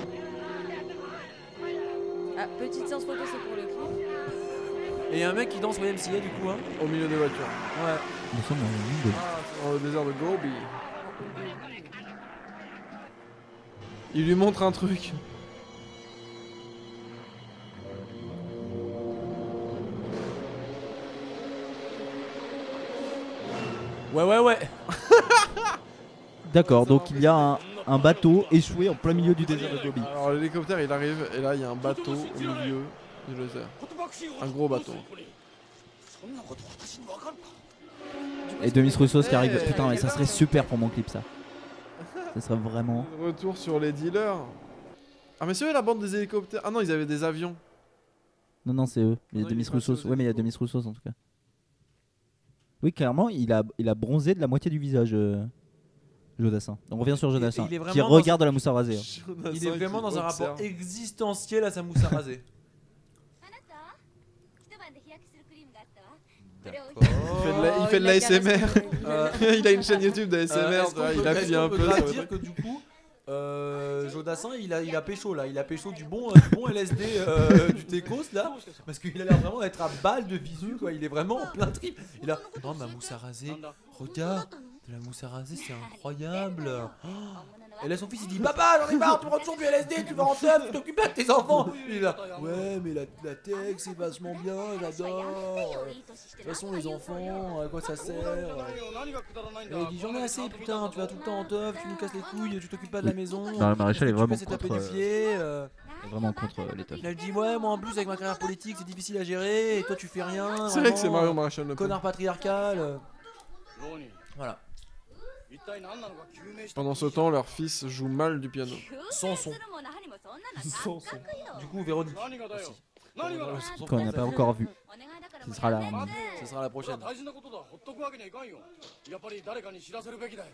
Ah, petite séance photo, c'est pour le clip. Et un mec qui danse YMCA du coup. Hein. Au milieu des voitures. Ouais. Nous sommes dans le monde. Dans le désert de Gobi. Il lui montre un truc. Ouais, ouais, ouais. D'accord, donc il y a un, un bateau échoué en plein milieu du désert de Gobi. Alors l'hélicoptère il arrive et là il y a un bateau au milieu du désert. Un gros bateau. Et Demis Roussos qui arrive. Ouais. Putain, mais ça serait super pour mon clip ça. Ça serait vraiment. Retour sur les dealers. Ah mais c'est eux la bande des hélicoptères. Ah non ils avaient des avions. Non, non, c'est eux. Il y a Non, il est Demis passé Roussos. aux Ouais, mais il y a Demis Roussos en tout cas. Oui, clairement, il a, il a bronzé de la moitié du visage, euh, Jodassin. On revient sur Jodassin, il est qui vraiment dans regarde la mousse à raser. hein. Il est vraiment dans un rapport Et existentiel à sa mousse à raser. Il fait de la, il fait de la ASMR. Euh, il a une chaîne YouTube Euh, d'ASMR. est-ce qu'on il peut- est-ce appuie qu'on un peut peu. pas sur le dire que truc. du coup, euh, Jodassin, il a, il a pécho là, il a pécho du bon, euh, du bon LSD euh, du Tecos là, parce qu'il a l'air vraiment d'être à balle de visu quoi. Il est vraiment en plein trip. Il a non ma mousse à raser, regarde, de la mousse à raser, c'est incroyable. Oh. Et là son fils il dit papa j'en ai marre, tu prends toujours du LSD, tu vas en teuf, tu t'occupes pas de tes enfants. Il est là ouais mais la, la tech c'est vachement bien, j'adore. De toute façon les enfants, à quoi ça sert et il dit j'en ai assez putain, tu vas tout le temps en teuf, tu nous casses les couilles, tu t'occupes pas de la Oui. maison. Non, le maréchal est tu vraiment fais cette tapée contre, des euh, pieds, euh. Il est vraiment contre euh, les teufs. Là, elle dit ouais, moi en plus avec ma carrière politique c'est difficile à gérer, et toi tu fais rien. C'est vrai que c'est vraiment, Marion Maréchal Le Pen. Connard patriarcal. euh. Voilà, Pendant ce temps, leur fils joue mal du piano. sans son. Du coup Véronique. aussi. qu'on n'a pas encore vu. Ce sera la, Ce sera la prochaine. 大事なことだほっとくわけにはいか hein, んよやっぱり誰かに知らせるべきだよ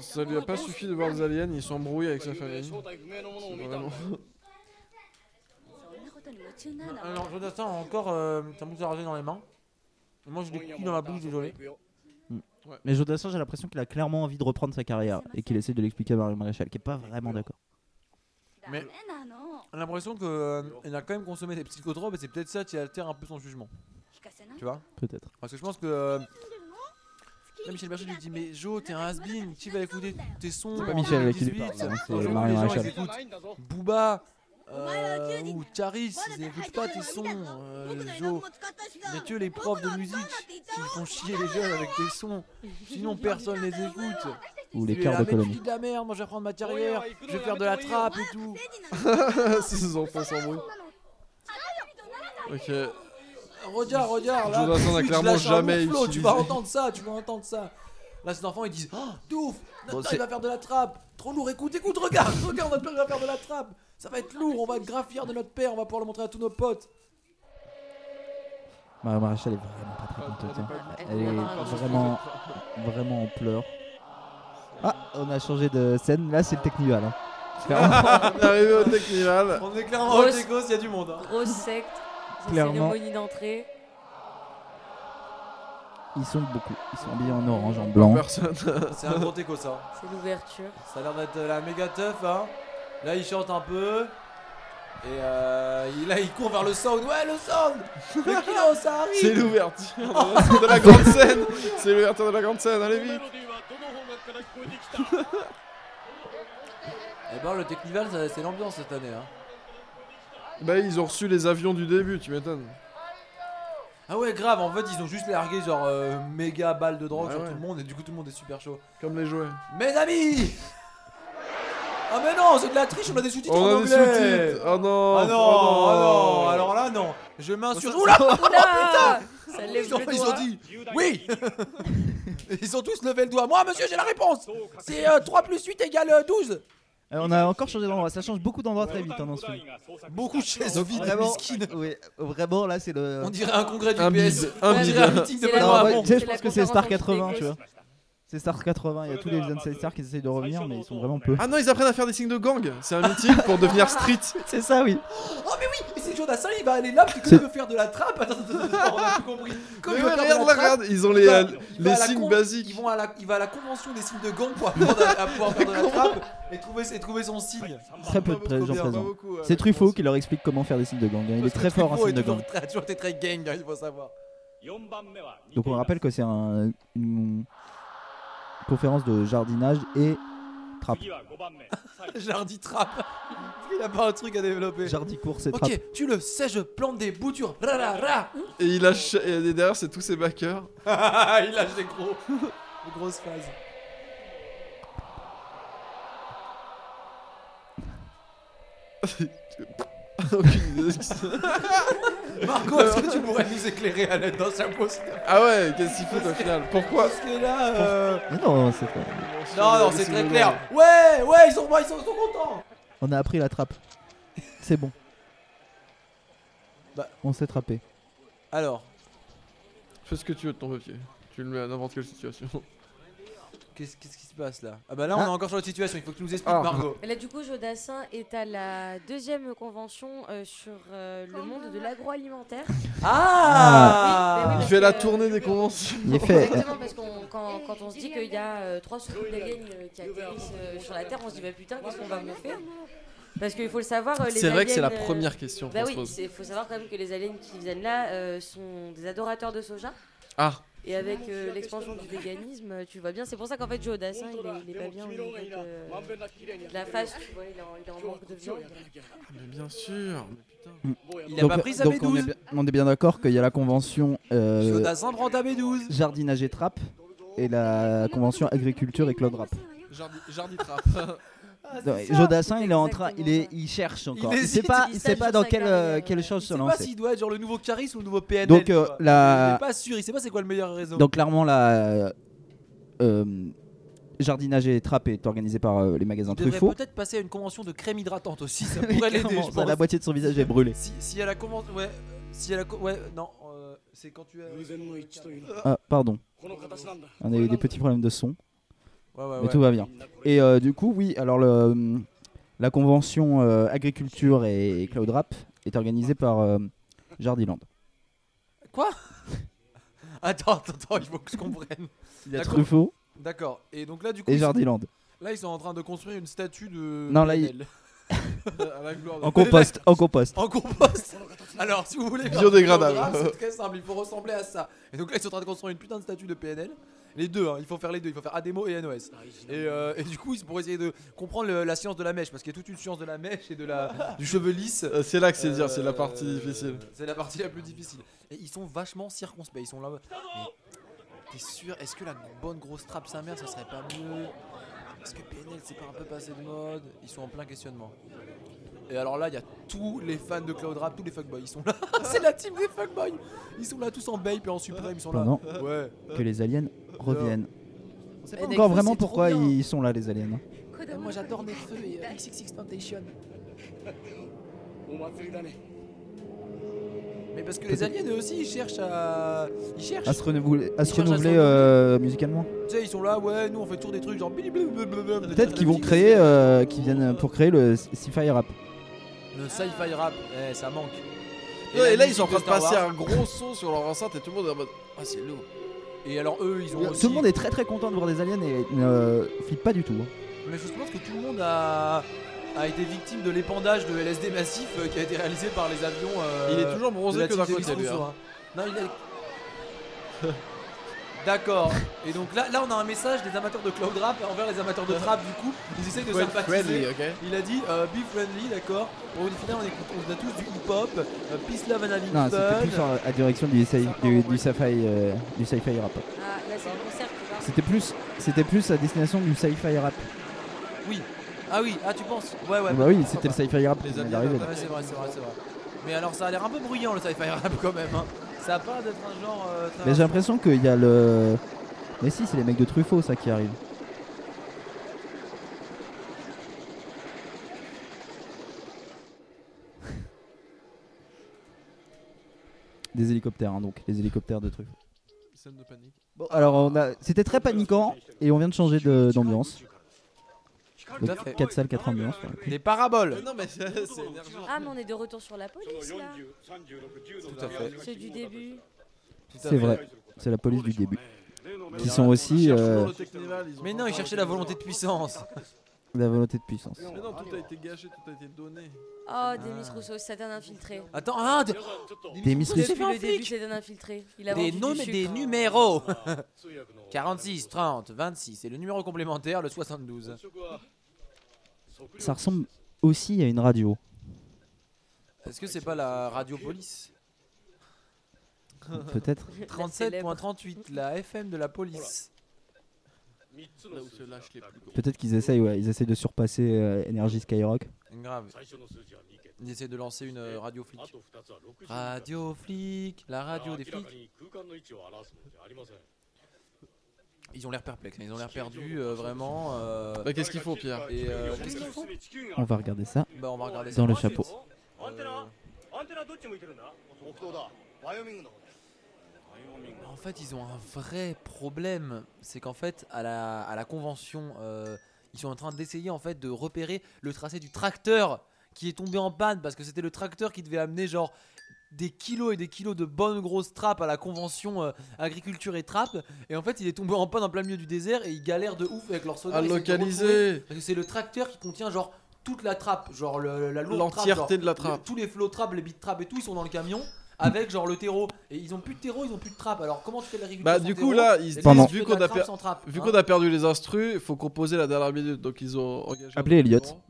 Ça lui a pas suffi de voir les aliens, il s'embrouille avec sa これ famille. 正体不明のものを C'est 見たん vraiment- だ Alors, Ah Jonathan a encore euh, sa mousse à raser dans les mains. Et moi, j'ai des coups dans la bouche, désolé. Mais Jodassin, j'ai l'impression qu'il a clairement envie de reprendre sa carrière et qu'il essaie de l'expliquer à Marie Maréchal, qui est pas vraiment d'accord. Mais on a l'impression qu'il a quand même consommé des psychotropes et c'est peut-être ça qui altère un peu son jugement. Tu vois Peut-être. Parce que je pense que. euh, Là, Michel Berger lui dit Mais Jo, t'es un has-been, qui va écouter tes sons C'est pas en Michel avec qui lui 2018? parle, hein, c'est Aujourd'hui, Marie les gens, Maréchal. ils écoutent Booba euh, ou Charis, ils n'écoutent pas tes sons, euh, Jo. Mais que les profs de musique qui font chier les jeunes avec tes sons, sinon personne les écoute. Ou les Tu es cœurs là, de mais tu colonie. dis de la merde, moi je vais prendre ma carrière, je vais faire de la trappe et tout. Ah, Ses enfants s'embrouillent. Ok. Regarde, regarde, là, Jonathan n'a Twitch clairement lâche un jamais long flow, Tu utilisé. vas entendre ça, tu vas entendre ça. Là, ces enfants ils disent Ah, de ouf, notre Bon, père, c'est- il va faire de la trappe. Trop lourd, écoute, écoute, regarde, regarde, notre père il va faire de la trappe. Ça va être lourd, on va être grave fiers de notre père, on va pouvoir le montrer à tous nos potes. Marie Maréchal est vraiment pas très contente. hein. Elle est vraiment, vraiment en pleurs. Ah, on a changé de scène. Là, c'est le Technival. hein. On est arrivé au Technival. On est clairement Grosse- hors Écosse, il y a du monde. hein. Grosse secte, c'est Clairement. cérémonie d'entrée. Ils sont beaucoup. Ils sont habillés en orange, en blanc. Personne. C'est un gros écho ça. C'est l'ouverture. Ça a l'air d'être euh, la méga teuf, hein. Là, il chante un peu. Et euh, il- là, il court vers le sound. Ouais, le sound Le kilo, ça arrive C'est l'ouverture de la grande scène. C'est l'ouverture de la grande scène, allez vite. Eh ben, le Technival, ça- c'est l'ambiance cette année. Hein. Bah, ils ont reçu les avions du début, tu m'étonnes. Ah ouais, grave, en fait, ils ont juste largué genre euh, méga balle de drogue Ouais, sur ouais. tout le monde. Et du coup, tout le monde est super chaud. Comme les jouets. Mes amis Ah, mais non, c'est de la triche, on a des sous-titres en On a des anglais sous-titres. Oh non. Ah non, ah non, alors là, non Je m'insurge. Oula Oula Ça lève Ils ont, le ils ont doigt. dit oui Ils ont tous levé le doigt. Moi, monsieur, j'ai la réponse C'est euh, 3 plus 8 égale euh, 12 Euh, on a encore changé d'endroit. Ça change beaucoup d'endroits très vite hein, dans ce film. Beaucoup de chaises vides, Vraiment, mesquines. oui, vraiment, là, c'est le. On dirait un congrès du Un PS. bide, un On dirait un bide. meeting de C'est Non, la- Benoît ouais, Hamon. tu sais, je C'est pense la que c'est Star conférence 80, tu d'Écosse. vois. C'est Star 80, il y a tous les anciennes stars qui essayent de revenir, mais ils sont vraiment peu. Ah non, ils apprennent à faire des signes de gang. C'est un meeting pour devenir street. c'est ça, oui. Oh, mais oui Mais c'est Jodassin, il va aller là parce que comme il veut faire de la trappe. Attends, attends, attends, on a tout compris. Comme Mais il ouais, veut faire regarde, là, de la trappe, regarde, ils ont il les, va à euh, la- il va les à la signes con- basiques. Ils vont à la, il va à la convention des signes de gang pour apprendre à, à pouvoir faire de la trappe et trouver, et trouver son signe. Très peu de Pas pré- gens beaucoup, pas présents. beaucoup, ouais, C'est mais Truffaut bon, qui leur explique comment faire des signes de gang. hein. Il est Parce que très fort en Truffaut est signe de gang. toujours très- a toujours été très gang, hein, il faut savoir. Donc on rappelle que c'est un- une conférence de jardinage et trappe. Jardi trappe. Il a pas un truc à développer. Jardi course et trappe. Ok, tu le sais, je plante des boutures. Ra, ra, ra. Et il lâche. Et derrière, c'est tous ses backers. Ah, il lâche des gros. des grosses phases. Aucune idée de ce que c'est. Marco, est-ce que tu pourrais nous éclairer à l'aide d'un chapeau s'il te plaît ah ouais, qu'est-ce qu'il fout au final Pourquoi Parce que là. euh, Mais non, c'est pas- Non, non, c'est très clair. Ouais, ouais, ils sont, ils sont, ils sont contents. On a appris la trappe. C'est bon. Bah. On s'est trappé. Alors, Fais ce que tu veux de ton papier. Tu le mets à n'importe quelle situation. qu'est-ce qu'est-ce qui se passe là Ah bah là, on Ah. est encore sur la situation. Il faut que tu nous expliques, Ah. Margot. Là, du coup, Jodassin est à la deuxième convention euh, sur euh, le monde de l'agroalimentaire. Ah, Ah. Il Parce fait la que- tournée des conventions. Il est fait. Exactement, parce qu'on quand, quand on se dit qu'il y a euh, trois soucoupes d'aliens euh, qui atterrissent euh, sur la Terre, on se dit bah putain, qu'est-ce qu'on va me faire Parce qu'il faut le savoir, euh, les C'est vrai que c'est la aliens, euh, première question Bah qu'on se oui, pose. il faut savoir quand même que les aliens qui viennent là euh, sont des adorateurs de soja. Ah, Et avec euh, l'expansion du véganisme, euh, tu vois bien. C'est pour ça qu'en fait, Joe Dassin, il est, il est pas bien au niveau de, de la face, tu vois, il est en, il est en manque de viande. mais bien sûr. Il a pas pris sa donc on, est B12. bien, on est bien d'accord qu'il y a la convention euh, Jodassin prend ta B12. jardinage et trappe et la convention agriculture et Claude Rapp. Jardi Trap. Ah, Non, Jodassin, il est en train, exactement il est, ça. il cherche encore. Il Il sait hésite, pas, il il sait pas s'ajoute dans sa quelle euh, carrière. quelle chose Je se sais pas lancer. s'il doit être genre le nouveau Caris ou le nouveau PNL. Donc, tu euh, vois. la- Il est pas sûr, il sait pas c'est quoi le meilleur réseau. Donc clairement là, euh, euh, jardinage et trappe est organisé par euh, les magasins Il devrait Truffaut. peut-être passer à une convention de crème hydratante aussi, ça pourrait l'aider. Clairement, je ça, pense. la moitié de son visage est brûlée. Si, si elle a comment. Ouais, euh, si elle a. co- Ouais, non, euh, c'est quand tu as. Ah, pardon. On a eu des petits problèmes de son. Ouais, ouais, mais ouais. tout va bien. Et euh, du coup, oui, alors le, la convention euh, agriculture et cloud rap est organisée par euh, Jardiland. Quoi Attends, attends, attends, il faut que je comprenne. Il y a D'accord. Truffaut. D'accord. Et donc là, du coup. Et ils sont- Jardiland. Là, ils sont en train de construire une statue de. Non, là, PNL. À la gloire de- En compost, en compost. En compost. Alors, si vous voulez. faire Biodégradable. un programme, C'est très simple, il faut ressembler à ça. Et donc là, ils sont en train de construire une putain de statue de PNL. Les deux, hein, il faut faire les deux, il faut faire ADEMO et NOS. Et, euh, et du coup, c'est pour essayer de comprendre le- la science de la mèche, parce qu'il y a toute une science de la mèche et de la, du cheveu lisse. Euh, C'est là que c'est Euh, dur, c'est la partie difficile. C'est la partie la plus difficile. Et ils sont vachement circonspects. Ils sont là. Mais T'es sûr Est-ce que la bonne grosse trappe sa mère, ça serait pas mieux Est-ce que PNL c'est pas un peu passé de mode Ils sont en plein questionnement. Et alors là, il y a tous les fans de Cloud Rap, tous les fuckboys, ils sont là. c'est la team des fuckboys. Ils sont là tous en bape et en suprême, ils sont là. Pendant Ouais. que les aliens reviennent. On sait Eh, pas Nekfeu, encore vraiment c'est trop pourquoi bien. ils sont là, les aliens. hein. moi j'adore Nekfeu et XXX Temptation. Mais parce que les aliens eux aussi ils cherchent à. Ils cherchent. À se renouveler, à se Ils cherchent à se renouveler, renouveler. euh, musicalement. Tu sais, ils sont là, ouais, nous on fait toujours des trucs genre. Peut-être Peut-être qu'ils vont créer, euh, qu'ils viennent pour créer le sci-fi rap. Le sci-fi rap, eh, ça manque. Non, la et là, ils musique sont en train de Star passer Wars. un gros son sur leur enceinte et tout le monde est en mode Ah, c'est lourd. Et alors, eux, ils ont. aussi- Tout le monde est très très content de voir des aliens et ne flippe pas du tout. hein. Mais je pense que tout le monde a. a été victime de l'épandage de LSD massif euh, qui a été réalisé par les avions. euh, Il est toujours de bronzé la que team d'un Félix côté, lui. Rousseau, hein. hein. Non, il a. D'accord. Et donc là, là, on a un message des amateurs de cloud rap envers les amateurs de trap. Du coup, ils essayent de Faut être sympathiser. friendly, ok Il a dit euh, be friendly, d'accord. Pour une finale, on, écoute- on a tous du hip hop, euh, peace love and having fun. Non, c'était plus à, à direction du sci- du, du sci-fi, euh, du sci-fi rap. Ah, là, c'est le concert qui va. C'était plus, c'était plus à destination du sci-fi rap. Oui. Ah oui. Ah tu penses Ouais ouais. bah oui, pourquoi c'était le pas. sci-fi rap. Les qui aliens est arrivé. attaquent. Ouais, c'est vrai, c'est vrai, c'est vrai. Mais alors, ça a l'air un peu bruyant le sci-fi rap quand même. hein. Ça a pas l'air d'être un genre. euh, très- Mais j'ai l'impression qu'il y a le. Mais si, c'est les mecs de Truffaut ça qui arrive. Des hélicoptères, hein, donc les hélicoptères de Truffaut. Scène de panique. Bon, alors on a, c'était très paniquant et on vient de changer de- d'ambiance. Tout à fait. 4 salles, 4 ambiances. pour le coup. Des paraboles. Non, mais c'est c'est énergique. Ah, mais on est de retour sur la police là. Tout à fait. C'est du début. C'est vrai, c'est la police du début. Qui Ils sont aussi cherchent euh, toujours le Technival, ils ont Mais pas non, ils encore- cherchaient la volonté de puissance. la volonté de puissance. Mais non, tout a été gâché, tout a été donné. Ah. Oh, Demis Rousseau, c'est un infiltré. Attends, ah, des, Des Miss Depuis un le début, flic. c'est un infiltré. Il a des, vendu nom- du sucre. des numéros 46, 30, 26. Et le numéro complémentaire, le 72. Ça ressemble aussi à une radio. Est-ce que c'est pas la radio police Peut-être. La célèbre. 37.38, la FM de la police. Là où se lâchent les plus gros. Peut-être qu'ils essayent, ouais, ils essayent de surpasser euh, Energy Skyrock. Grave. Ils essaient de lancer une euh, radio Ah, flic. Radio flic, la radio des flics. Ils ont l'air perplexes, ils ont l'air perdus, euh, vraiment. euh, Bah, qu'est-ce qu'il faut, Pierre et euh, qu'est-ce qu'ils font On va regarder ça Bah, on va regarder ça. dans le chapeau. Euh, En fait, ils ont un vrai problème. C'est qu'en fait, à la, à la convention, euh, ils sont en train d'essayer en fait de repérer le tracé du tracteur qui est tombé en panne parce que c'était le tracteur qui devait amener genre des kilos et des kilos de bonnes grosses trappes à la convention euh, agriculture et trappes. Et en fait, il est tombé en panne en plein milieu du désert et ils galèrent de ouf avec leur sonar. À Ils essayent de retrouver- localiser Parce que c'est le tracteur qui contient genre toute la trappe, genre le- la lourde trappe, genre- l'entièreté de la trappe. le- tous les flow traps, les beat traps et tout, ils sont dans le camion avec genre le terreau. Et ils ont plus de terreau, ils ont plus de trappe. Alors comment tu fais de l'agriculture Bah, sans du coup, terreau là, ils se Et Pendant- disent tu vu fais de qu'on la a, trappe per- sans trappe, vu hein. qu'on a perdu les instrus, il faut composer la dernière minute. Donc, ils ont engagé. Appelez un Elliot. moment.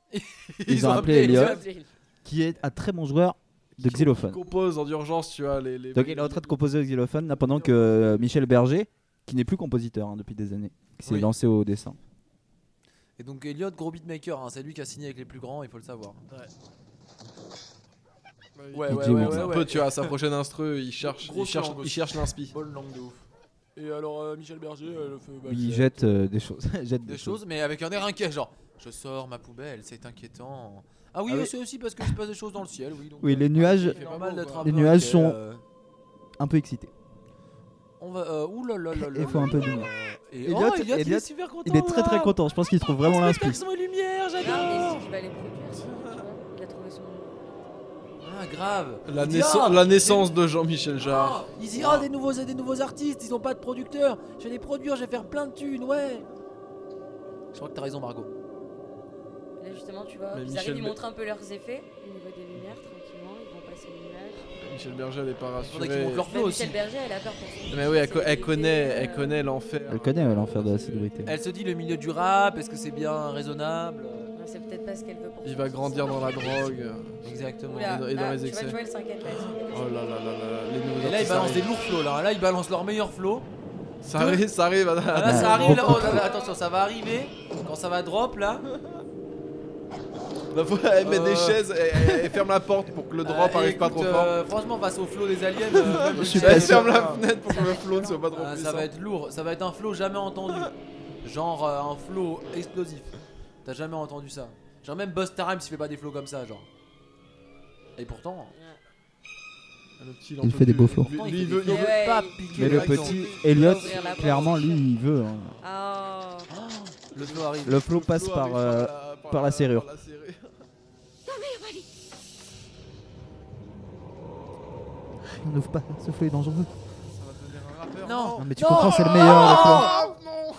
Ils ont appelé Elliot. Elliot. Qui est un très bon joueur de Ils xylophone. composent en urgence, tu vois. Les, les- Donc il est en train de composer au xylophone là, pendant que euh, Michel Berger, qui n'est plus compositeur hein, depuis des années, qui s'est Oui. lancé au dessin. Et donc Elliot, gros beatmaker, hein, c'est lui qui a signé avec les plus grands, il faut le savoir. Ouais, Ouais, Il ouais, dit ouais, bon, ouais, un ouais. peu, tu vois, à sa prochaine instru, il cherche, Grosse il cherche, langue aussi. il cherche l'inspi. Bonne langue de ouf. Et alors, euh, Michel Berger, euh, le feu. bah, Il je- jette euh, des choses. jette des choses, mais avec un air inquiet, genre je sors ma poubelle, c'est inquiétant. Ah oui, Ah oui. c'est aussi parce qu'il se passe des choses dans le ciel, oui. donc, euh, Oui, les nuages, c'est normal d'être un les peu nuages inquiet, sont euh, un peu excités. on va. Euh, ouh là là là là Il faut un là peu là de là. lumière. Et Elliot, oh, Elliot, il Elliot, est super content. Il est très très là. content. Je pense qu'il trouve vraiment l'inspi. Spectacle sans les lumières, Non, j'adore. Ah, mais si, je vais aller produire. tu vois. Il a trouvé son. Ah, grave. La, Il dit, naissance- ah, la naissance de Jean-Michel Jarre. Il dit ah des nouveaux des nouveaux artistes, ils ont pas de producteurs. Je vais les produire, je vais faire plein de thunes, ouais. Je crois que t'as raison Margot. Là, justement, tu vois, Mais ils Michel arrivent, ils Be- montrent un peu leurs effets au niveau des lumières, tranquillement. Ils vont passer l'image. Michel Berger, elle est pas Faudrait qu'ils rassurée. montent leur Bah, flow aussi. Michel Berger, elle a peur pour son. Mais oui, elle, co- son elle connaît, effet, elle euh, connaît l'enfer. Elle connaît euh, l'enfer de la célébrité. Elle se dit le milieu du rap, est-ce que c'est bien raisonnable ouais, C'est peut-être pas ce qu'elle veut pour Il son va fils. grandir dans la drogue. Exactement. Oula, et dans là, les tu vois, excès. tu vois, elle s'inquiète là. elle s'inquiète. Oh là là là là, les nouveaux Et là, ils artistes balancent des arrivent. lourds flots. Là. là, ils balancent leur meilleur flow. Ça arrive, ça arrive. Ah, là, bah, ça arrive. Là, oh, là, là, attention, ça va arriver. Quand ça va drop, là. La fois, elle met Euh. des chaises, elle, elle- elle ferme la porte pour que le drop euh, arrive et pas écoute, trop fort. euh, franchement, face au flow des aliens, euh, même le suis ciel, Elle pas euh, sûr. ferme la ah, fenêtre pour que le flow ne soit pas trop ah, puissant. ça va être lourd. Ça va être un flow jamais entendu. Genre euh, un flow explosif. T'as jamais entendu ça. Genre même Busta Rhymes, il fait pas des flows comme ça, genre. Et pourtant, Le petit, Il en fait peut des plus. beaux flots. Lui- pourtant, lui, il il fait veut- des- il veut Ouais, pas il- piquer Mais le la petit gueule. Elliot, Ouvrir la porte. clairement, lui, il veut. hein. Ah, oh. Ah, le flow arrive. Le flow passe flow par. arrive euh, la- par la serrure. par la serrure. On n'ouvre pas, ce flot est dangereux. Ça va devenir un rappeur. Non. Non, mais tu comprends, c'est le meilleur. le flow. Ah,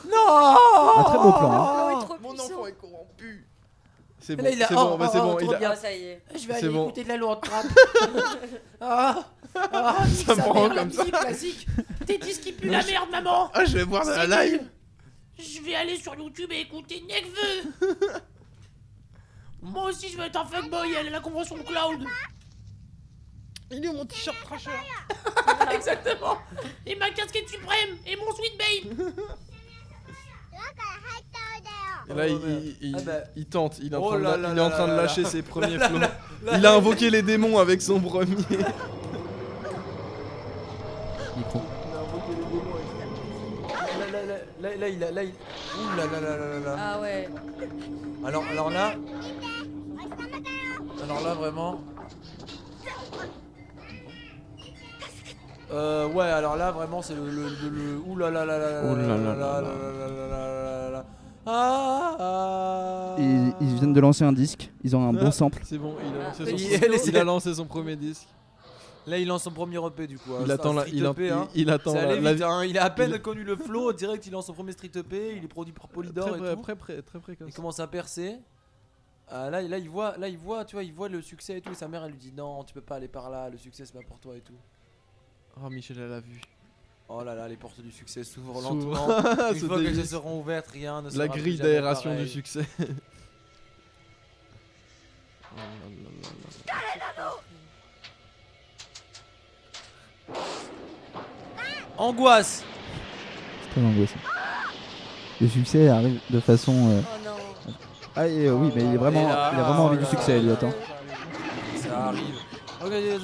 non Un très beau plan. hein. Oh, il est trop Mon puissant. enfant est corrompu. C'est Mais bon, là, il a- c'est oh, bon, bah, c'est oh, bon. oh, il trop a- bien. Ah, ça y est. Je vais C'est aller bon. écouter de la lourde trappe. ah, ah, nique Ça me sa rend mère, la comme ça. musique classique. Tes disques qui puent la merde, maman. Ah, je vais voir dans la live. Je vais aller sur YouTube et écouter Nekveu. Moi aussi, je vais être un fuckboy à la convention Cloud. Il est où mon t-shirt trasher Exactement. Et ma casquette suprême et mon sweet babe. Et là, il, Oh, merde. il- il- Ah bah. il tente, il est en Oh train de, là la- là il est en là train de là là. lâcher ses premiers flots. là Il a invoqué les démons avec son premier. Micro. Ah, Là, là, là, là, là, il a, là, il... Ouh là là là là là là. Ah ouais. Alors, alors là... Alors là, vraiment... Euh, ouais, alors là, vraiment, c'est le... le, le, le... Ouh là là là là là Ouh là là là là là là là là là là là là. Ah, ah Ils, ils viennent de lancer un disque, ils ont un bon sample. C'est bon, il a lancé Ah, son, il est laissé. il a lancé son premier disque. Là, il lance son premier EP, du coup. hein. Il C'est attend un la, street il, a- EP, hein. il, il attend C'est la, allé la- vite, hein. Il a à peine il- connu le flow, direct, il lance son premier street EP, il est produit par Polydor Très, et près- tout. très, près- très précoce. Il commence à percer. Ah, là, là, il voit, là, il voit, tu vois, il voit le succès et tout. Et sa mère, elle lui dit non, tu peux pas aller par là. Le succès, c'est pas pour toi et tout. Oh, Michel, elle a vu. Oh là là, les portes du succès s'ouvrent S'ouvrent. lentement. Une Se fois qu'elles se dévisse. seront ouvertes, rien ne sera La plus grille jamais d'aération pareil. du succès. Oh Oh là là là là. Angoisse. C'est très angoissant. Le succès arrive de façon. euh, Oh non. Ah, et, euh, oui, mais il, est vraiment, Et là, il a vraiment envie oh du là succès, là Elliot. là hein. Ça arrive. Elle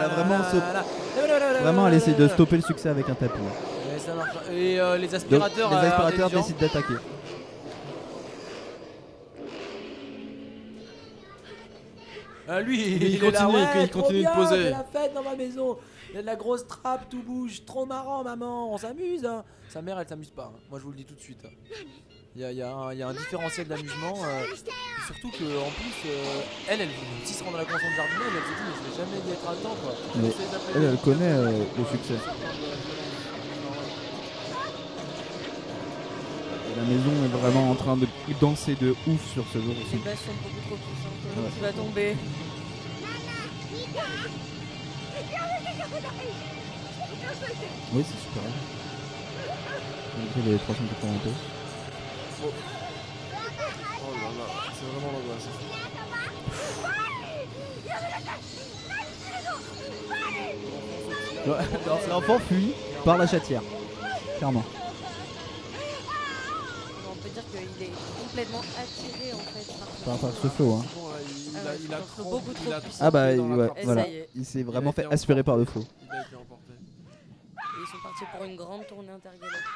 a vraiment Vraiment, elle essaie de stopper le succès avec un tapis. hein. Et, ça marche pas. Et, euh, les Donc, aspirateurs. les euh, aspirateurs intelligents. décident d'attaquer. Ah, lui, il, il est là, continue, ouais, il trop continue de bien, poser. c'est la fête dans ma maison. Il y a de la grosse trappe, tout bouge. Trop marrant, maman. On s'amuse. hein. Sa mère, elle s'amuse pas. hein. Moi, je vous le dis tout de suite. hein. Il y a, il y a un, il y a un différentiel d'amusement. euh, et surtout que, en plus, euh, elle, elle voulait aussi se rendre à la convention de jardinage. Elle s'est dit, mais je vais jamais y être à temps, quoi. Mais elle, elle connaît euh, le succès. Et la maison est vraiment en train de danser de ouf sur ce jour Les aussi. basses sont beaucoup trop puissantes. Ouais. Tu vas tomber. Oui, c'est super. Malgré les 380 euros. Oh là là, c'est vraiment l'angoisse. L'en- L'enfant fuit par la chatière. Clairement. On peut dire qu'il il est complètement attiré en fait par Par- par ce flow, hein. Ah ouais, il c'est a un flow trop- beaucoup trop il a puissant. Ah bah Et il- dans la ouais, porte. Et voilà, ça y est. il s'est Il a vraiment été fait aspirer par le emporté. flow. Il a été emporté. Et Ils sont partis pour une grande tournée intergalactique.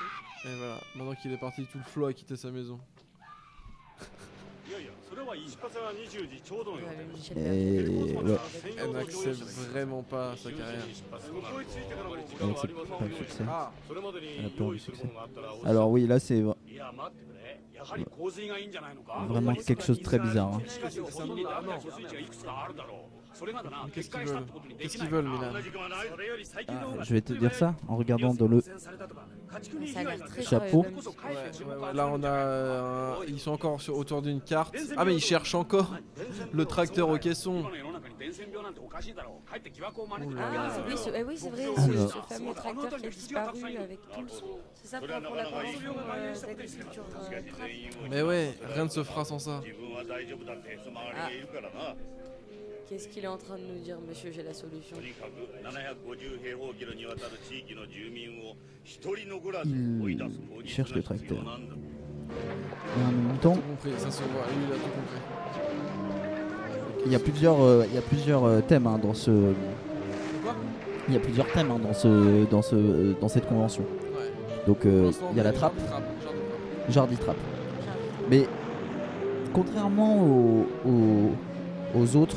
Et voilà, maintenant qu'il est parti, tout le flow a quitté sa maison. Ouais, le Euh, Michel Et ouais, Elle n'accepte vraiment pas sa carrière. elle accepte pas le succès. Ah, Elle a peur du succès. Alors oui, là c'est vra- vraiment quelque chose de très bizarre. hein. qu'est-ce qu'ils veulent Qu'est-ce qu'ils veulent, Milan Ah, je vais te dire ça en regardant dans le Perdu. Ça a l'air très Chapeau. sérieux, même. Ouais, ouais, ouais. Là, on a. euh, un- Ils sont encore sur, autour d'une carte. Ah, mais ils cherchent encore le tracteur au caisson. Ouh là là. Ah oui, ce- eh oui, c'est vrai, ce, Alors. ce fameux tracteur qui a disparu avec tout le son. C'est ça pour, pour la convention euh, d'agriculture euh, craft. Mais ouais, rien ne se fera sans ça. Ah. Qu'est-ce qu'il est en train de nous dire, monsieur J'ai la solution. Hmm, Il cherche le tracteur. Et en même temps, Tout compris, ça se voit. Lui, il a tout compris. il y a plusieurs, euh, il y a plusieurs euh, thèmes hein, dans ce, Quoi il y a plusieurs thèmes hein, dans ce, dans ce, dans cette convention. Ouais. Donc Pour euh, l'instant, il y a la les trappe, gens de trappe, genre de trappe. Jardy Trap. Mais contrairement aux, aux, aux autres,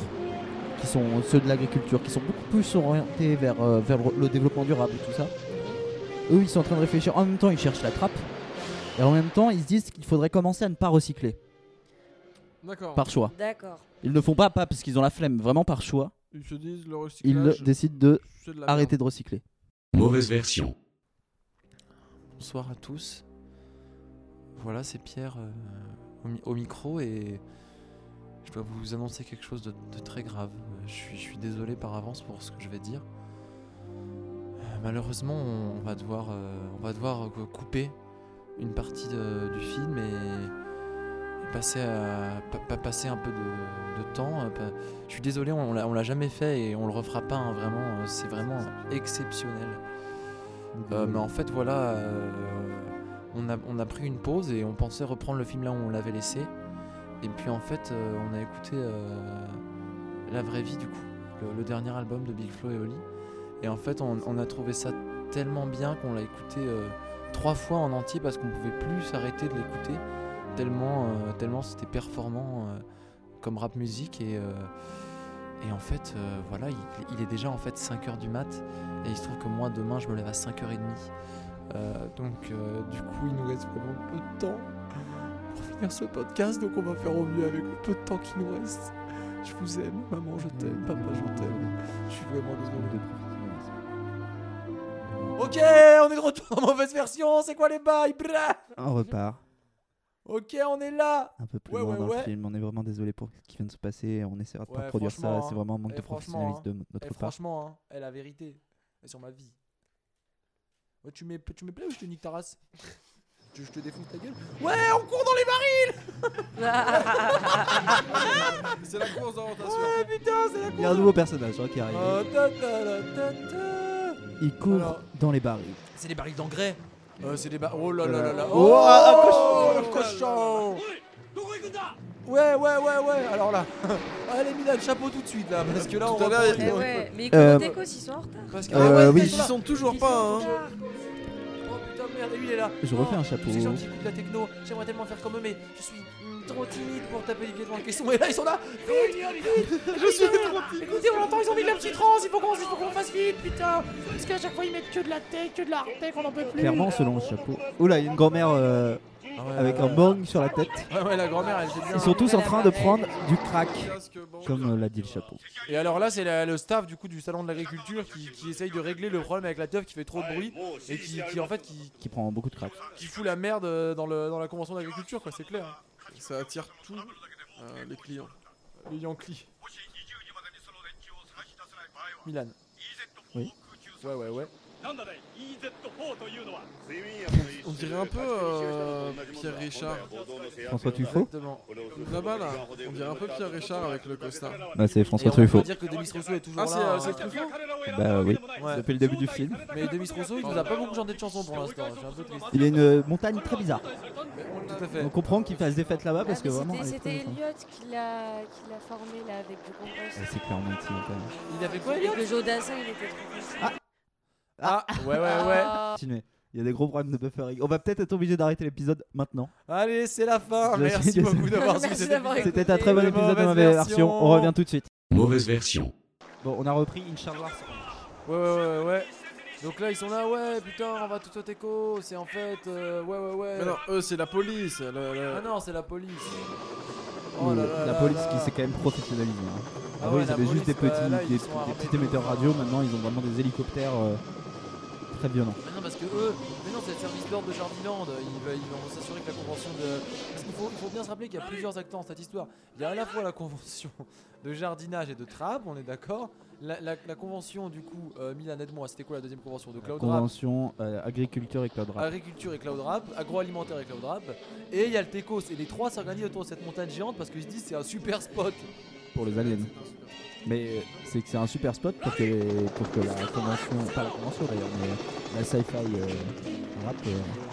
qui sont ceux de l'agriculture, qui sont beaucoup plus orientés vers, euh, vers le, le développement durable et tout ça, eux ils sont en train de réfléchir. En même temps, ils cherchent la trappe. Et en même temps, ils se disent qu'il faudrait commencer à ne pas recycler, D'accord. par choix. D'accord. Ils ne font pas, pas parce qu'ils ont la flemme, vraiment par choix. Ils se disent le Ils recyclage. décident de c'est de la arrêter de recycler. Mauvaise version. Bonsoir à tous. Voilà, c'est Pierre euh, au, mi- au micro et je dois vous annoncer quelque chose de, de très grave. Euh, Je suis, je suis désolé par avance pour ce que je vais dire. Euh, Malheureusement, on va devoir, euh, on va devoir euh, couper une partie de- du film et, et passer, à, pa- pa- passer un peu de, de temps. euh, pa- Je suis désolé, on l'a on l'a jamais fait et on le refera pas. hein, vraiment, euh, c'est vraiment exceptionnel. Euh, mais en fait, voilà, euh, on, a, on a pris une pause et on pensait reprendre le film là où on l'avait laissé. Et puis en fait, euh, on a écouté euh, La Vraie Vie, du coup, le, le dernier album de Big Flo et Oli. Et en fait, on, on a trouvé ça tellement bien qu'on l'a écouté euh, trois fois en entier parce qu'on pouvait plus s'arrêter de l'écouter, tellement, euh, tellement c'était performant euh, comme rap musique. Et, euh, et en fait, euh, voilà, il, il est déjà en fait 5h du mat. Et il se trouve que moi, demain, je me lève à 5h30. Euh, donc, euh, du coup, il nous reste vraiment peu de temps pour finir ce podcast. Donc, on va faire au mieux avec le peu de temps qui nous reste. Je vous aime, maman, je t'aime, papa, je t'aime. Je suis vraiment désolé. Ok, on est de retour dans mauvaise version. C'est quoi les bails Bra On repart Ok, on est là. un peu plus Ouais, loin ouais, dans le ouais. film. On est vraiment désolé pour ce qui vient de se passer. On essaiera de pas Ouais, produire ça. franchement, C'est vraiment un manque hein. eh, de Et franchement, professionnalisme de m- Et notre part. franchement, hein, elle a vérité. Elle est sur ma vie. Ouais, tu me tu me plais ou je te nique ta race Tu- je, te défonce ta gueule Ouais, on court dans les barils C'est la course d'orientation. Ouais, putain, c'est la Il y a un euh, course. nouveau personnage hein, qui arrive. Oh, ta, ta, la, ta, ta. Il court Alors. dans les barils. C'est des barils d'engrais. Euh, c'est des barils. Oh là là là là. Oh, ah, ah, Oh, le cochon Ouais, ouais, ouais, ouais. Alors là, allez, Milan, chapeau tout de suite là. Parce que là, Tout on à l'heure, reprend- il- Eh ouais, mais Euh, écoutez qu'aussi ils sont en retard. Parce que Euh, Ah ouais, oui. ils sont toujours Ils pas. sont en hein. retard. Oh putain merde, lui il est là. Je Oh, refais un chapeau. Tu sais, j'ai un petit coup de la techno. J'aimerais tellement faire comme eux, mais je suis hmm, trop timide pour taper les pieds devant le caisson. Et là, ils sont là. Vite, vite, Je suis trop timide. Écoutez, on l'entend, ils ont mis de la petite trance. Il faut qu'on il faut qu'on fasse vite, putain. Parce qu'à chaque fois, ils mettent que de la tech, que de la hard tech, on en peut plus. Clairement, selon le chapeau. Oula, il y a une grand-mère euh, avec un bang sur la tête. Ouais, ouais, la grand-mère, elle fait bien. hein. Ils sont tous en train de prendre du crack, comme euh, l'a dit le chapeau. Et alors là, c'est la- le staff du coup du salon de l'agriculture qui, qui essaye de régler le problème avec la teuf qui fait trop de bruit et qui, qui, en fait qui, Qui prend beaucoup de crack. qui fout la merde euh, dans, le, dans la convention d'agriculture, quoi, c'est clair. hein. Ça attire tous euh, les clients. Les Yankees. Milan. Oui. Ouais, ouais, ouais. On dirait un peu euh, Pierre Richard. François Truffaut Là-bas, là. On dirait un peu Pierre Richard avec le costard. Bah, c'est François Et on peut Truffaut. dire que Demis Rousseau est toujours Ah, c'est, là, euh, c'est hein. Truffaut Bah oui, Ouais. depuis le début du film. Mais Demis Rousseau, il nous a pas beaucoup chanté de chansons pour l'instant. Je suis un peu triste. Il a une montagne très bizarre. Tout à fait. On comprend qu'il fasse des fêtes là-bas Ah, parce que vraiment. elle est Ah, C'était très Elliot qui l'a qui l'a formé là avec du compost. bizarre. C'est clairement une petite montagne. Il avait quoi, Le jeu d'assaut, il était trop facile. Ah, ouais, ouais, ouais. Ah. Continuez. Il y a des gros problèmes de buffering. On va peut-être être obligé d'arrêter l'épisode maintenant. Allez, c'est la fin. Je Merci suis désolé. beaucoup d'avoir suivi Merci cette d'avoir écouté. C'était un très bon Mauvaise épisode de Mauvaise version. Version. On revient tout de suite. Mauvaise version. Bon, on a repris Inch'Allah. Ouais, ouais, ouais, ouais. Donc là, ils sont là, ouais, putain, on va tout au teco. C'est en fait, euh, ouais, ouais, ouais. Mais non, eux, c'est la police. le- le- Ah non, c'est la police. Ouh, Oh là là la là police là. qui s'est quand même professionnalisée. hein. Ah Avant, ouais, ils la avaient juste police, des petits, bah, là, ils des, sont des armés petits de- émetteurs radio. Maintenant, ils ont vraiment des hélicoptères euh, très violents. Mais non, parce que eux, mais non, c'est le service d'ordre de Jardiland. Ils veulent, ils vont s'assurer que la convention de. Parce qu'il faut, il faut bien se rappeler qu'il y a plusieurs acteurs dans cette histoire. Il y a à la fois la convention de jardinage et de trappe, on est d'accord. La, la- la convention, du coup, euh, Milan, aide-moi, c'était quoi la deuxième convention De Cloud Rap, Convention euh, agriculture et cloud rap. agriculture et Cloud Rap, agroalimentaire et Cloud Rap. Et il y a le Tecos. Et les trois s'organisent autour de cette montagne géante parce qu'ils se disent c'est un super spot. pour les aliens. Mais euh, c'est que c'est un super spot pour que, pour que la convention, pas la convention d'ailleurs, mais la sci-fi euh, rap. euh,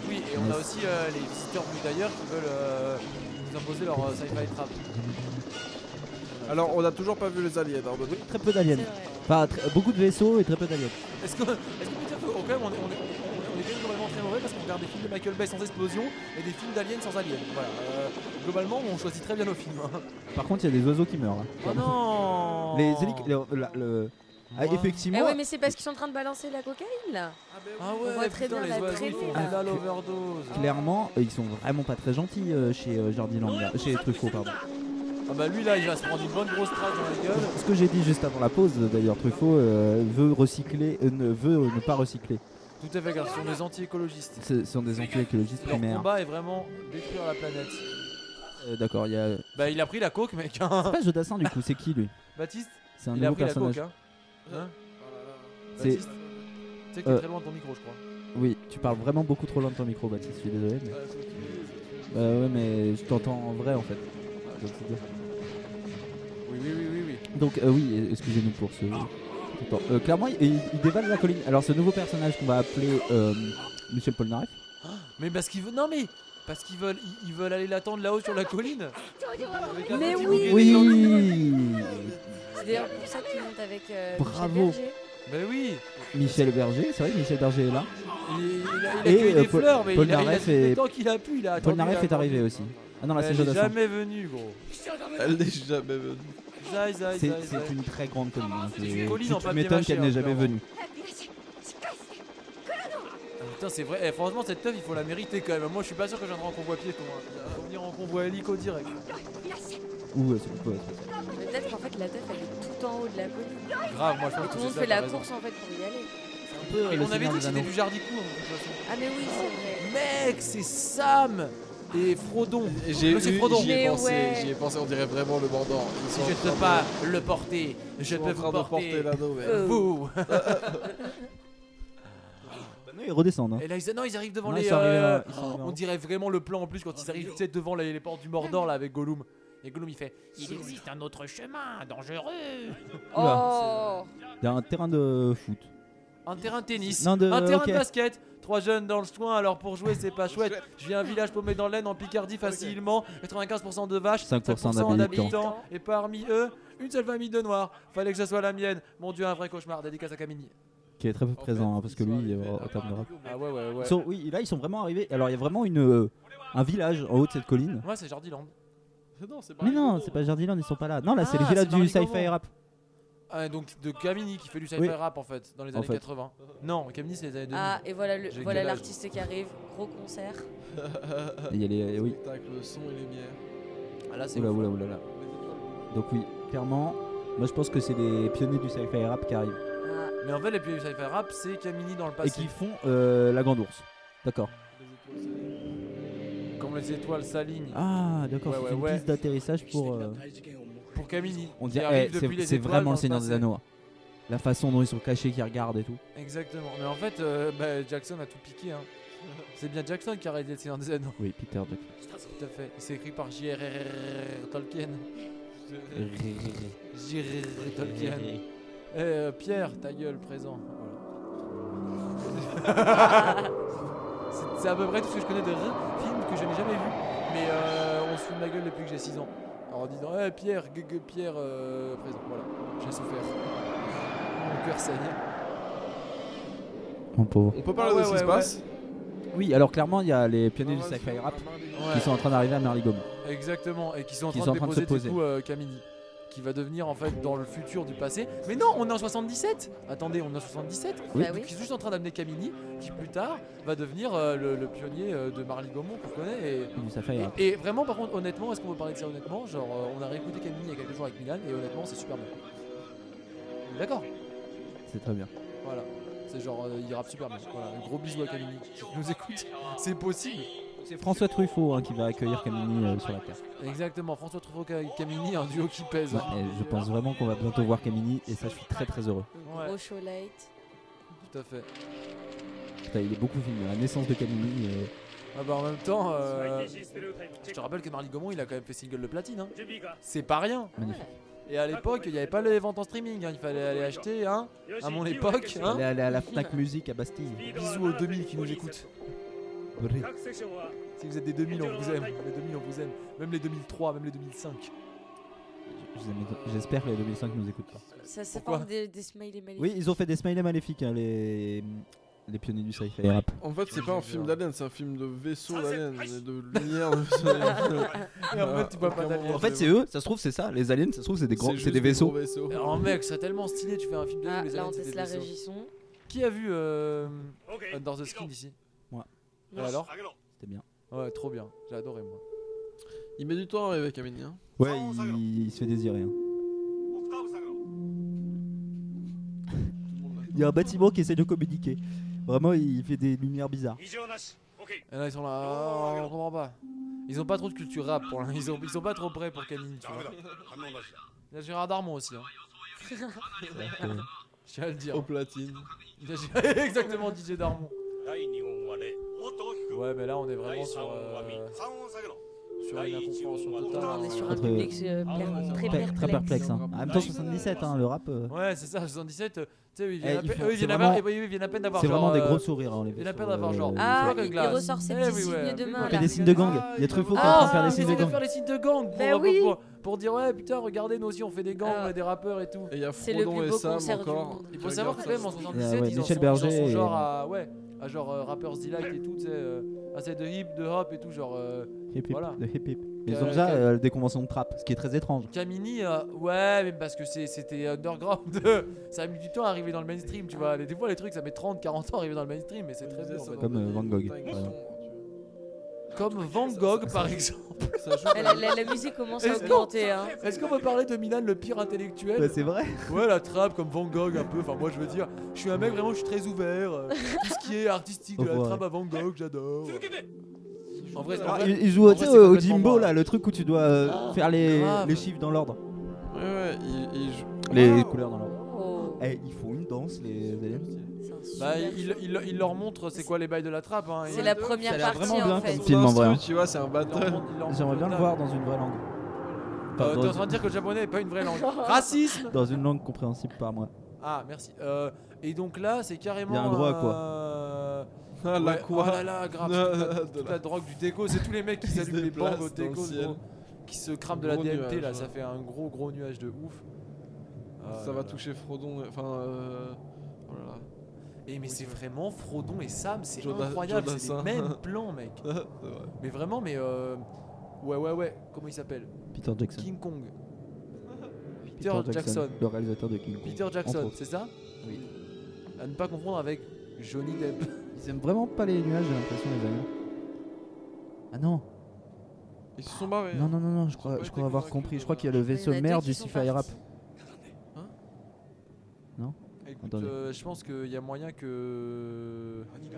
Oui, et on a Yes. aussi euh, les visiteurs venus d'ailleurs qui veulent euh, nous imposer leur euh, sci-fi trap. Alors, on a toujours pas vu les alliés. Hein, donc- très C'est peu d'aliens. vrai. Enfin, très- beaucoup de vaisseaux et très peu d'aliens. Est-ce qu'on est peut dire qu'au quand même on est, on est- on est- on est quand même globalement très mauvais parce qu'on regarde des films de Michael Bay sans explosion et des films d'aliens sans aliens Voilà. euh, globalement, on choisit très bien nos films. hein. Par contre, il y a des oiseaux qui meurent. hein. Oh non Les hélic- le- la- le- Ah, Ouais. effectivement. Eh ouais, mais c'est parce qu'ils sont en train de balancer la cocaïne là. Ah ouais, On voit très putain, bien les la oiseaux traînée, ils font là. Ah, de l'overdose. Clairement, euh, ils sont vraiment pas très gentils euh, chez euh, Jardiland, là, chez Truffaut, pardon. Ah bah lui là, il va se prendre une bonne grosse trace dans la gueule. Ce que j'ai dit juste avant la pause, euh, d'ailleurs, Truffaut euh, veut recycler, euh, ne, veut euh, ne pas recycler. Tout à fait, car ce sont des anti-écologistes. Ce sont des anti-écologistes Leur primaires. combat est vraiment détruire la planète. Euh, D'accord, il y a. Bah il a pris la coke, mec. hein. C'est pas Jodassin du coup, c'est qui lui Baptiste, C'est un il a nouveau pris personnage. la coke. Hein Hein C'est- Baptiste, tu sais que t'es Euh. très loin de ton micro, je crois. Oui, tu parles vraiment beaucoup trop loin de ton micro, Baptiste, je suis désolé. Mais... Bah ouais, mais je t'entends en vrai en fait. Donc, c'est bien. Oui, oui, oui, oui. oui. Donc, euh, oui, euh, excusez-nous pour ce. ce temps. Euh, clairement, il, il dévale la colline. Alors, ce nouveau personnage qu'on va appeler euh, Michel Polnareff. Mais parce qu'ils veulent. Non mais Parce qu'ils veulent ils, ils veulent aller l'attendre là-haut sur la colline Avec un Mais oui. petit bouquet Oui d'échantilles. C'est d'ailleurs pour ça qu'ils montent avec. euh, Bravo. Michel Berger. Mais oui Michel Berger, c'est vrai que Michel Berger est là. Il, il a, il a Et, cueilli euh, des Paul- fleurs, mais Paul il a, il a Naref tout est- le temps qu'il a pu, il a attendu. Polnareff est arrivé aussi. Ah non, là, c'est Elle est Jodassin. jamais venue, gros Elle n'est jamais venue. Zai, zai, C'est zai, c'est zai. une très grande colline. hein. C'est une Tu- colline tu- en tu papier m'étonnes mâché, qu'elle hein, n'est jamais clairement. venue. Ah, Putain, c'est vrai. Eh, franchement, cette teuf, il faut la mériter quand même. Moi, je suis pas sûr que je viendrai en convoi piéton. hein. Faut venir en convoi hélico direct. Ou euh, c'est- ouais, c'est- Mais Peut-être qu'en fait la teuf elle est tout en haut de la colline. Grave, moi, je pense Et tout que c'est le monde ça, fait t'as la raison. course en fait pour y aller. c'est un peu, euh, Mais le on avait Seigneur dit que des c'était Anneaux. du jardicourt, de toute façon. Ah mais oui, c'est vrai. Mec, c'est Sam et Frodon. Et J'ai Monsieur eu- Frodon. j'y ai Mais pensé, ouais. j'y ai pensé, on dirait vraiment le mordant. Ils Si sont je en train peux de- pas le porter, je ils sont en peux train vous de porter porter. l'anneau, mais- Euh, Vous. Bah non, ils redescendent. hein. Et là, ils, non, ils arrivent devant Non, les. ils sont arrivés, euh, euh, ils sont arrivés en on haut. dirait vraiment le plan en plus quand ils arrivent tu sais, devant les, les portes du Mordor là avec Gollum. Et Gollum il fait Il existe un autre chemin dangereux. Oh Il y a un terrain de foot. Un terrain de tennis, Non, de- un terrain ok. de basket. Trois jeunes dans le coin, alors pour jouer c'est pas chouette. Je viens un village paumé dans l'Aisne en Picardie facilement. 95% de vaches, 5% 5% d'habitants. d'habitants. Et parmi eux, une seule famille de noirs. Fallait que ce soit la mienne. Mon dieu, un vrai cauchemar. Dédicace à Camini. Qui est très peu En fait, présent hein, parce que ils sont lui, arrivés euh, en à- termes de rap. Ah ouais, ouais, ouais. Ils sont- oui, là ils sont vraiment arrivés. Alors il y a vraiment une, euh, un village en haut de cette colline. Ouais, c'est Jardiland. Non, c'est pas Mais les non, Frodon. c'est pas Jardiland, ils sont pas là. Non, là c'est Ah, les villages c'est du Barney sci-fi Gobo. rap. Ah, donc de Kamini qui fait du sci Oui. rap en fait dans les En années fait. 80. Non, Kamini c'est les Mmh. années 2000. Ah et voilà le J'ai voilà quel âge l'artiste qui arrive, gros concert. Il y a les, euh, oui. Spectacle, le son et lumière. Ah, là c'est Oula, ouf, oula, hein. oula, oula. Donc oui, clairement, moi je pense que c'est les pionniers du sci-fi rap qui arrivent Ah, Mais en fait, les pionniers du sci-fi rap Bah, c'est Kamini dans le et passé. qui font euh, la grande ours. D'accord. Comme les étoiles s'alignent Ah, d'accord, Ouais, c'est ouais, une ouais. piste d'atterrissage pour. euh, pour Kamini. On qui dirait, arrive eh, c'est- depuis les c'est étoiles vraiment dans le Seigneur passé. des Anneaux. hein. la façon dont ils sont cachés, qu'ils regardent et tout. Exactement. Mais en fait, euh, bah, Jackson a tout piqué. Hein. C'est bien Jackson qui a réalisé le Seigneur des Anneaux. Oui, Peter Jackson. Tout à fait. C'est écrit par J.R.R. Tolkien. J.R.R. Tolkien. Euh, Pierre, ta gueule, présent. Voilà. C'est- C'est à peu près tout ce que je connais de r- films que je n'ai jamais vu. Mais euh, on se fout de ma gueule depuis que j'ai 6 ans. Alors, en disant, eh, Pierre, gue- gue- Pierre, euh, présent. Voilà, j'ai souffert. Mon cœur saignait. Mon pauvre. On peut parler Ah ouais, de ce qui ouais, se ouais. passe Oui, alors clairement, il y a les pionniers Ah, du sacré rap qui sont en train d'arriver à Merligom. Exactement, et qui sont en Qui train sont de en train de déposer se poser. du coup euh, Kamini, qui va devenir en fait dans le futur du passé. Mais non, on est en 77 Attendez, on est en 77 Bah Oui. Donc, Ils sont juste en train d'amener Kamini, qui plus tard va devenir euh, le, le pionnier euh, de Marley Gaumont qu'on connaît. Et, Du sacré rap. et vraiment, par contre, honnêtement, est-ce qu'on peut parler de ça honnêtement Genre, euh, on a réécouté Kamini il y a quelques jours avec Milan, et honnêtement, c'est super bien. D'accord C'est très bien. Voilà. C'est genre, euh, il rappe super bien. Voilà, un gros bisou à Kamini. Si tu nous écoutes, c'est possible. C'est François Truffaut hein, qui va accueillir Camini euh, sur la Terre. Exactement, François Truffaut et Camini, un duo qui pèse. Ouais, et je pense vraiment qu'on va bientôt voir Camini et ça, je suis très très heureux. Gros show light. Tout à fait. Putain, il est beaucoup filmé. La naissance de Camini. euh, Ah bah en même temps, euh, je te rappelle que Marly Gaumont il a quand même fait single de platine. hein. C'est pas rien. Magnifique. Ah, Et à l'époque, il n'y avait pas les ventes en streaming, hein. il fallait aller acheter. Hein. À mon époque, hein. Elle est allée à la Fnac Musique à Bastille. bisous aux 2000 qui nous écoutent. Oui. Si vous êtes des 2000, on vous aime. Les 2000, on vous aime. Même les 2003, même les 2005. Je vous aime- J'espère que les 2005 nous écoutent pas. Ça, ça Pourquoi forme des, des smileys maléfiques. Oui, ils ont fait des smileys maléfiques, hein, les... les pionniers du sci-fi rap. En fait, c'est pas un film d'alien, c'est un film de vaisseau d'alien, de lumière. De... Et en fait, tu vois pas d'alien. En fait, c'est eux, ça se trouve, c'est ça. Les aliens, ça se trouve, c'est des, grands... c'est des vaisseaux. Alors Oh, mec, c'est tellement stylé, tu fais un film de Ah, les là, aliens, on c'est teste des la vaisseaux. régisson. Qui a vu euh, Under the Skin ici Moi. Et alors C'était bien. Ouais, trop bien. J'ai adoré moi. Il met du temps à arriver, Camille. hein. Ouais, il, il se fait désirer. hein. Il y a un bâtiment qui essaie de communiquer. Vraiment, il fait des lumières bizarres. Et là, ils sont là, Ah, on comprend pas. Ils ont pas trop de culture rap pour l'in- ils, ont, ils sont pas trop prêts pour Camille, tu vois. Il y a Gérard Darmon aussi, hein. Je tiens à le dire. Au platine. Il y a Gé- Exactement, DJ Darmon. Ouais, mais là, on est vraiment sur. euh, sur une incompréhension totale. on est sur un Entre- public euh, Ah, per- très perplexe. Très perplexe. hein. En même temps, 77, hein, le rap. euh, Ouais, c'est ça, 77. euh, Tu sais, ils Eh, viennent à ils peine- font- eux, ils c'est viennent à vraiment- peine- oui, ils viennent à peine d'avoir c'est genre. vraiment des euh, gros sourires. Hein, les ils viennent à vaisseaux, peine d'avoir euh, genre. Ah, les Ah, vaisseaux. il, il ressort Eh ses petits signes de main Il fait là. des signes de gang. Il y a Truffaut Ah, qui est en train de faire des signes de ils vont faire gang. les signes de gang pour, Ben pour- oui. pour- pour dire ouais putain regardez nous aussi on fait des gangs Ah. on est des rappeurs et tout. Et il y a C'est le Frodon plus et beau Sam concert du encore. monde. Il faut savoir que même en 77 Ah ouais, ils, en sont, Michel ils en sont Berger et- genre à ouais à genre euh, rappeurs Delight et tout tu sais euh, à cette de hip de hop et tout genre euh, Hip hip, Voilà. de hip hip. Mais Euh, ils ont déjà quel- euh, des conventions de trap, ce qui est très étrange. Camini euh, ouais mais parce que c'est- c'était underground ça a mis du temps à arriver dans le mainstream tu vois Les- des fois les trucs ça met 30 40 ans à arriver dans le mainstream mais c'est très dur en fait. Comme, euh, Van Gogh, par exemple. comme Van Gogh par exemple. Ça joue Eh, La, la- la musique commence à Est-ce qu'on- augmenter. Hein. Est-ce qu'on peut parler de Milan le pire intellectuel Bah, c'est vrai. Ouais, la trappe comme Van Gogh un peu. Enfin, moi, je veux dire, je suis un mec vraiment, je suis très ouvert. euh, Tout ce qui est artistique de la Ouais. trappe à Van Gogh, j'adore. En vrai, en Ah, vrai, il, il joue au, en vrai, tu sais, c'est au complètement Jimbo moi. là, le truc où tu dois euh, Ah, faire les, grave. les chiffres dans l'ordre, Ouais, ouais, il, il joue. les couleurs dans l'ordre. Oh, Eh, ils font une danse les aliens. c'est un super bah, il, il- il leur montre c'est quoi les bails de la trappe. Hein, C'est et- la il première Ça a l'air partie vraiment bien en fait. comme film en vrai. hein. Tu vois, c'est un leur battle. montre- il leur montre J'aimerais bien le table. voir dans une vraie langue. Enfin, Euh, T'es en dans, train de dire que le japonais n'est pas une vraie langue. Racisme dans une langue compréhensible par moi. Ah, merci. Euh, et donc là, c'est carrément. Il y a un droit à quoi euh, Ah, la ouais, quoi oh là là, grave, De- toute la- de toute, la- la drogue du déco, c'est tous les mecs qui Ils s'allument se les bandes au déplacent dans déco, le ciel. gros, qui se crament de la Gros DMT nuage, là, ouais. ça fait un gros gros nuage de ouf. Ah Ça là va là. toucher Frodon. et- Enfin. euh, Oh là là. Et Eh, mais Oui, c'est ouais. vraiment Frodon et Sam, c'est Jodas- incroyable, c'est les Jodassin. mêmes plans mec. C'est vrai. Mais vraiment, mais euh... ouais ouais ouais, comment il s'appelle Peter Jackson. King Kong, Peter Jackson. le réalisateur de King. Kong, Peter entre Jackson, autres. c'est ça Oui. À ne pas confondre avec Johnny Depp. Ils aiment vraiment pas les nuages, j'ai l'impression les aliens. Ah non, Ils se sont barrés. non, hein. non, non, non, je Ils ont crois, pas je été crois avoir convaincus compris. Je de crois la- qu'il y a le Il y en vaisseau a deux mère qui du sont sci-fi rap. partis. Écoute, Attendez. euh, je pense qu'il y a moyen que. Il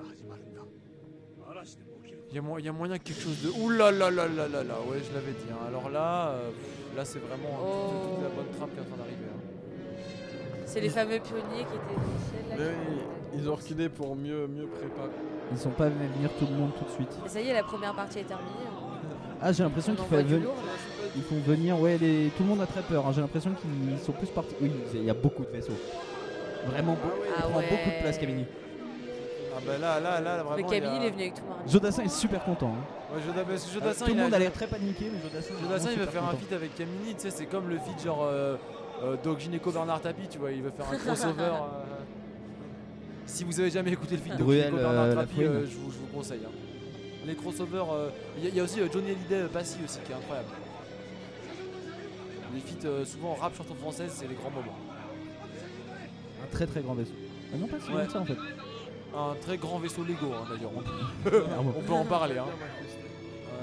y, a mo- y a moyen que quelque chose de. Ouh là là là là là là, ouais, je l'avais dit. hein. Alors là, euh, pff, là c'est vraiment hein, toute- toute, toute la bonne trappe qui est en train d'arriver. hein. C'est les fameux pionniers qui étaient dans le ciel. Mais Là, oui, ils ont reculé pour mieux, mieux préparer. Ils sont pas venir tout le monde tout de suite. Et ça y est, la première partie est terminée. Ah, j'ai l'impression On qu'il faut envoie du venir. lourd, là, c'est pas- Ils font venir, ouais, les... tout le monde a très peur. hein. J'ai l'impression qu'ils sont plus partis. Oui, il y a beaucoup de vaisseaux. Vraiment beaucoup. Ah Il prend ouais. beaucoup de place, Camini. Ah bah là, là, là, Mais vraiment. Camille, il il y est a- venu avec tout Marine. Jodassin est super content. hein. Euh, Ouais, Joda- parce que Jodassin, tout le il monde a l'air très paniqué, mais Jodassin. Jodassin, est il vraiment veut super faire un content. feat avec Camini, tu sais, c'est comme le feat genre euh, euh, Doc Gineco Bernard Tapie, tu vois, il veut faire un crossover. euh. Si vous avez jamais écouté le feat de Bruel, Gineco euh, Bernard Tapie, Lafouine. euh, je, vous, je vous conseille. hein. Les crossovers, euh, il y a- il y, a aussi euh, Johnny Hallyday euh, Passy aussi qui est incroyable. Les feats euh, souvent rap chanson française, c'est les grands moments. Un très très grand vaisseau. Ah non, pas si Ouais. grand que ça en fait. Un très grand vaisseau Lego hein, d'ailleurs, on peut, Clairement. on peut en parler. hein.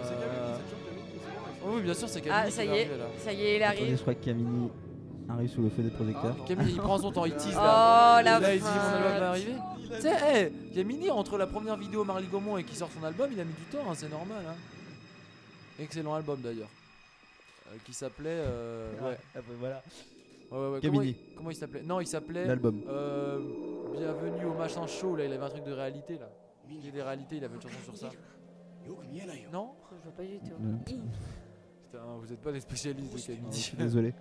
C'est Camini, Euh, c'est toujours Camini, c'est vrai. oh oui, bien sûr, c'est Camini Ah, qui ça va y est, arriver, là. ça y est, il Attendez, je arrive. crois que Camini arrive sous le feu des Ah, projecteurs. Camille, il prend son temps, il tease là. Oh, la Et là, il dit fin. mon album va arriver. Tu sais, il y a Mini entre la première vidéo Marley Gaumont et qui sort son album, il a mis du temps, hein, c'est normal. hein. Excellent album d'ailleurs. Euh, qui s'appelait. euh, Ah, ouais. ah, bah, voilà. Ouais, ouais, ouais. Comment Camini. il, comment il s'appelait Non, il s'appelait. L'album. euh, Bienvenue au machin show, là, il avait un truc de réalité là. Il y a des réalités, il avait une chanson sur ça. Non Je vois pas du tout. Non. Putain, vous êtes pas des spécialistes de Je Camini. suis désolé.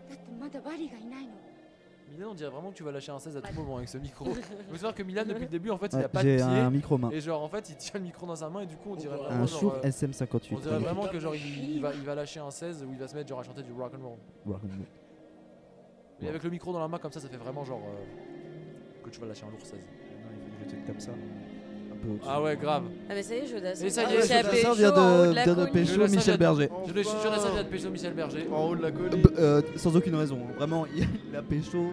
Milan, on dirait vraiment que tu vas lâcher un 16 à tout moment avec ce micro. Il faut savoir que Milan, depuis le début, en fait, il Ouais, a pas de j'ai pied. un micro main. Et genre, en fait, il tient le micro dans sa main et du coup, on dirait vraiment. Un genre, Shure euh, SM58, On dirait magnifique. vraiment que genre, il, il va, il va lâcher un 16 où il va se mettre genre à chanter du rock and roll. Voilà. Mais avec le micro dans la main, comme ça, ça fait vraiment genre. euh, que tu vas lâcher un lourd 16. Comme ça. Un peu au-dessus. Ah ouais, grave. Ah, mais ça y est, Jodassin. Et ça y Ah, est, c'est à Jodassin Pécho, vient de- en haut la vient de colline. Pécho, Jodassin Michel vient- Berger. Jodassin Jodassin vient de Pécho Michel Berger. En haut de la colline. B- euh, sans aucune raison, hein. vraiment, il a pécho.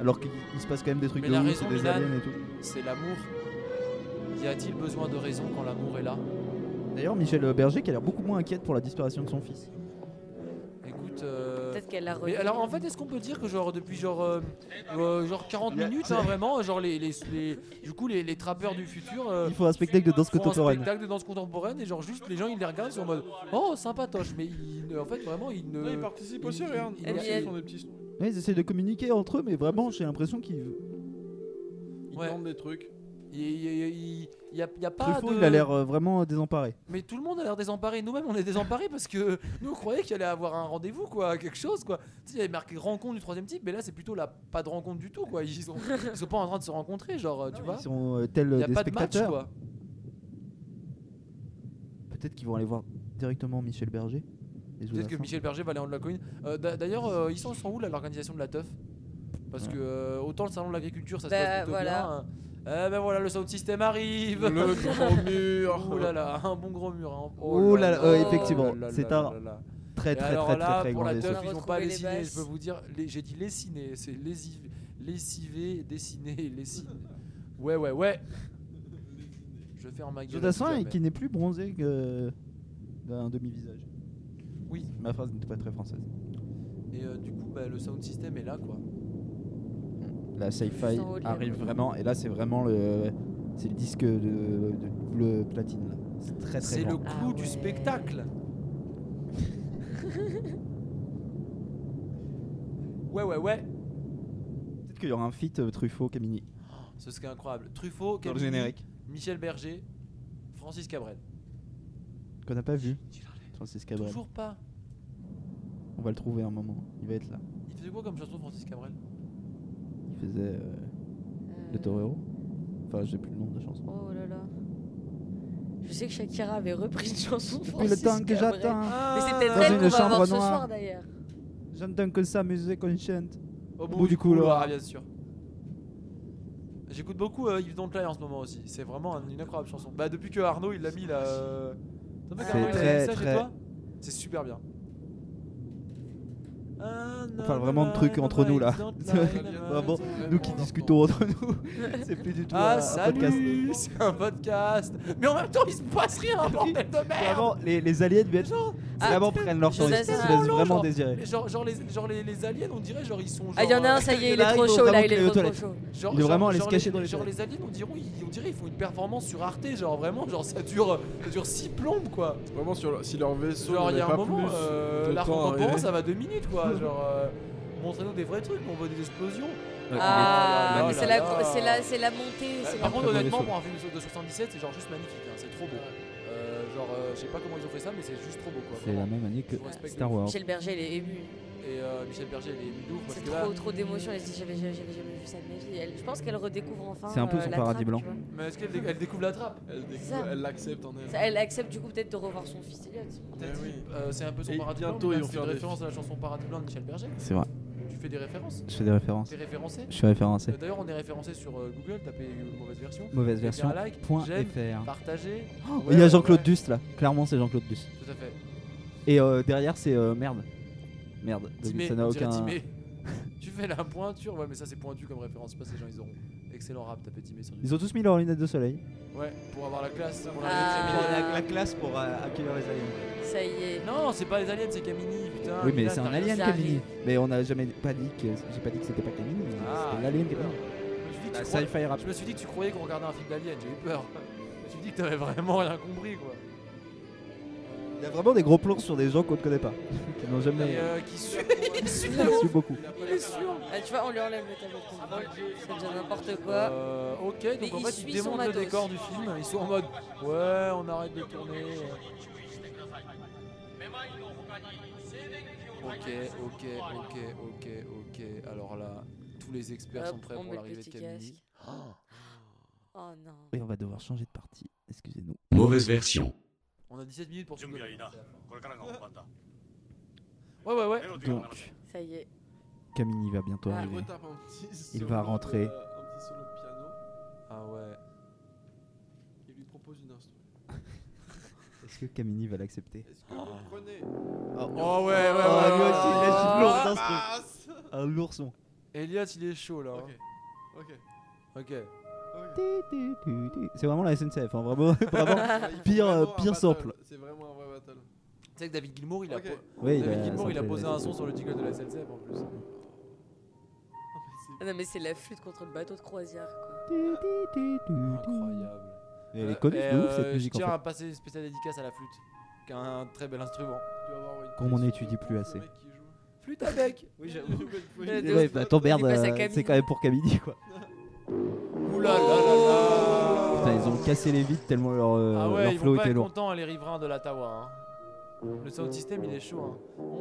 Alors qu'il il se passe quand même des trucs Mais de la ouf, raison, c'est des Milan, aliens et tout. c'est l'amour. Y a-t-il besoin de raison quand l'amour est là D'ailleurs, Michel Berger qui a l'air beaucoup moins inquiète pour la disparition de son fils. Écoute. euh, Peut-être qu'elle l'a Mais remis. alors en fait est-ce qu'on peut dire que genre depuis genre euh, euh, genre 40 minutes hein, vraiment genre les, les, les- du coup les, les trappeurs du futur euh, Il faut un spectacle de danse font un contemporaine. spectacle de danse contemporaine et genre juste les gens ils les regardent ils sont en mode oh sympatoche mais ils, ne- en fait vraiment ils ne Ouais, ils participent ils- aussi, regarde. ils- Ils ils- aussi, elle- ils font des petits. Ouais, ils essaient de communiquer entre eux, mais vraiment, j'ai l'impression qu'ils. Ils Ouais. tentent des trucs. il il- il- il y a, il y a pas Truffaut, de- il a l'air euh, vraiment désemparé. mais tout le monde a l'air désemparé nous-mêmes on est désemparés parce que nous on croyait qu'il allait avoir un rendez-vous quoi quelque chose quoi tu sais, il y avait marqué rencontre du troisième type mais là c'est plutôt la pas de rencontre du tout quoi ils sont ils sont pas en train de se rencontrer genre tu vois Ils sont euh, tels euh, il y a des pas de match spectateurs. quoi Peut-être qu'ils vont aller voir directement Michel Berger. les Peut-être que Oudassins. Michel Berger va aller en haut de la colline. Euh, d'a- D'ailleurs, euh, ils sont, sont où là l'organisation de la teuf Parce que euh, autant le salon de l'agriculture, ça Bah, se passe plutôt voilà. bien. hein. Eh ben voilà, le sound system arrive. Le grand mur. Ouh là là, un bon gros mur. hein. Ouh là là, euh, là effectivement, Oh là là c'est là un là là. Très Et très alors très là, très très pour grand la vaisseau. teuf, On a ils n'ont pas retrouvé les dessiné. Je peux basses. vous dire, les- j'ai dit lessiné, c'est lessivé, lessivé, dessiné, lessiné. Ouais ouais ouais. Je fais en ma gueule. Jodassin si et jamais. qui n'est plus bronzé que d'un demi-visage. Oui. Ma phrase n'était pas très française. Et euh, du coup, bah, le sound system est là quoi. La sci-fi Juste en haut de la arrive colline. vraiment, et là c'est vraiment le, c'est le disque de, de bleu platine là. C'est très très C'est le grand. clou Ah du ouais. spectacle. ouais, ouais, ouais. Peut-être qu'il y aura un feat euh, Truffaut Camini Ce serait incroyable. Truffaut, dans Camille, le générique Michel Berger, Francis Cabrel. qu'on n'a pas vu. Francis Cabrel. Toujours pas. On va le trouver un moment. Il va être là. Il faisait quoi comme chanson, Francis Cabrel Il faisait euh, Euh, le Torero. Enfin, j'ai plus le nom de la chanson. Oh là là. Je sais que Shakira avait repris une chanson de Depuis le Francis temps que Cabrel. j'attends, Ah. Mais c'est peut-être Dans elle une qu'on va chambre avoir ce noire. soir d'ailleurs. j'entends que ça, musique consciente. Au bout, du couloir, bien sûr. J'écoute beaucoup euh, Yves Don't Lie en ce moment aussi. C'est vraiment un- une incroyable chanson. Bah, depuis que Arnaud il l'a mis là. euh, T'as pas C'est qu'Arnaud, il a mis très, ça chez très- toi C'est super bien. On parle vraiment de trucs entre nous, là. Vraiment, Nous qui discutons entre nous, c'est plus du tout un- Ah un podcast. salut, c'est un podcast. Mais en même temps, il se passe rien, bordel de merde. Vraiment, les, les aliens mais Genre, vraiment prennent leur je temps, ils sais, se c'est laissent vraiment long, vraiment genre. désirer. genre, genre, les, genre les, les aliens, on dirait genre ils sont. Genre, Ah, il y en a un, euh, ça y est, il il est arrive, trop il faut chaud vraiment là, il qu'il aille est aux trop, trop toilettes. chaud. Genre, Il est vraiment allé se les- cacher dans les Genre les aliens, on dirait, ils, on dirait ils font une performance sur Arte, genre vraiment, genre ça dure, ça dure six plombes quoi. Vraiment, sur le- si leur vaisseau. Genre il y a n'avait un pas moment, plus euh, de l'art temps à contemporain arriver. ça va deux minutes quoi. Genre euh, montrez-nous des vrais trucs, on veut des explosions. Ah, mais c'est la, c'est la, c'est la montée. Bah, c'est la Ah, Par contre, montée. honnêtement, pour un film de 77, c'est genre juste magnifique, hein, c'est trop beau. Euh, genre, euh, je sais pas comment ils ont fait ça, mais c'est juste trop beau quoi. C'est la même année que Je respecte Star le- Wars. Michel Berger, il est ému. Et euh, Michel Berger, il est ému de ouf. parce C'est que là- trop, trop d'émotion. Elle se dit J'avais j'avais- j'avais jamais vu ça de ma vie. Elle- je pense qu'elle redécouvre enfin. C'est un peu euh, son la paradis trappe, blanc. tu vois. Mais est-ce qu'elle dé- elle découvre la trappe Elle découvre- ça. elle l'accepte en Ça, Elle accepte du coup peut-être de revoir son fils Elliot. Euh, c'est un peu son Eh Et paradis bientôt, blanc. mais ils là, vont tu fais faire des des- références à la chanson Paradis blanc de Michel Berger. C'est vrai. Tu fais des références Je fais des références. T'es référencé Je suis référencé. Euh, D'ailleurs, on est référencé sur euh, Google, tapez euh, mauvaise version. Mauvaise Mettez un version like, point j'aime, FR. Partagez. Oh, Ouais, il y a ouais, Jean-Claude Ah ouais. Duss là. Clairement, c'est Jean-Claude Duss. Tout à fait. Et euh, derrière, c'est euh, merde. Merde. Donc, Timé, bah ça n'a on dirait aucun. Timé. tu fais la pointure, ouais, mais ça c'est pointu comme référence. Pas ces gens, ils auront. Excellent rap, tapez Timé sur Ils ont tous mis leurs lunettes de soleil. Ouais, pour avoir la classe. Pour la- la, Euh, classe pour euh, accueillir les aliens. Ça y est. Non, c'est pas les aliens, c'est Camini, putain. Oui, mais Milan, c'est un Ah, t'as alien raison. Kamini. Mais on n'a jamais pas dit que j'ai pas dit que c'était pas Kamini. mais Ah, c'était l'alien Bah, j'ai eu peur. Kamini. Je me suis dit que La tu croyais- sci-fi rap. Je me suis dit que tu croyais qu'on regardait un film d'alien, j'ai eu peur. Je me suis dit que t'avais vraiment rien compris, quoi. Il y a vraiment des gros plans sur des gens qu'on ne connaît pas, qui n'ont jamais. Et euh, qui suit Il suit Il suit beaucoup. Il est sûr Ah, tu vois, on lui enlève le tableau de contrôle. Ça devient n'importe quoi. Euh, ok, donc Mais en il fait, ils suit son démontent le matos. décor du film. Ils sont en mode Ouais, on arrête de tourner. Ok, ok, ok, ok, ok. Alors là, tous les experts Hop, sont prêts on pour met le l'arrivée de petit Camille. Oh non. Et on va devoir changer de partie. Excusez-nous. Mauvaise version. On a 17 minutes pour se donner. Ouais, ouais, ouais. Donc, Ça y est. Kamini va bientôt arriver. Il va rentrer. euh, un petit solo de piano. Ah ouais. Il lui propose une instru. Est-ce que Kamini va l'accepter Est-ce que vous prenez Oh, Ah, Oh, ouais, ouais, ouais, ouais, lui aussi, il lâche une ouais. lourde Ah, instru. Un lourson. Elias, il est chaud là. hein. Ok. Ok. Ok. C'est vraiment la SNCF, hein, vraiment, vraiment Il faut pire, euh, vraiment un pire battle. sample. C'est vraiment un vrai battle. Tu sais que David Gilmour, il a, Ok. po- Oui, bah, il David a Gilmour, il a samplé posé la- un son sur le jingle de la SNCF en plus. Ah non, mais c'est la flûte contre le bateau de croisière, quoi. Incroyable. Mais Elle Euh, est connue et, de ouf euh, cette musique Je en tiens à fait. passer une spéciale dédicace à la flûte, qui est un très bel instrument. Tu vas voir, ouais, Comme on il- n'étudie il- plus le assez. mec qui joue. Flûte à bec Oui, j'avoue. Euh, de Ouais, ouf. bah, attends, merde, Il passe à euh, Camille. c'est quand même pour Camini quoi. Oula là là là Putain, ils ont cassé les vides tellement leur, euh, Ah leur ouais, ils flow vont pas était être lourd. contents les riverains de la Tawa. hein. Le sound system il est chaud. hein.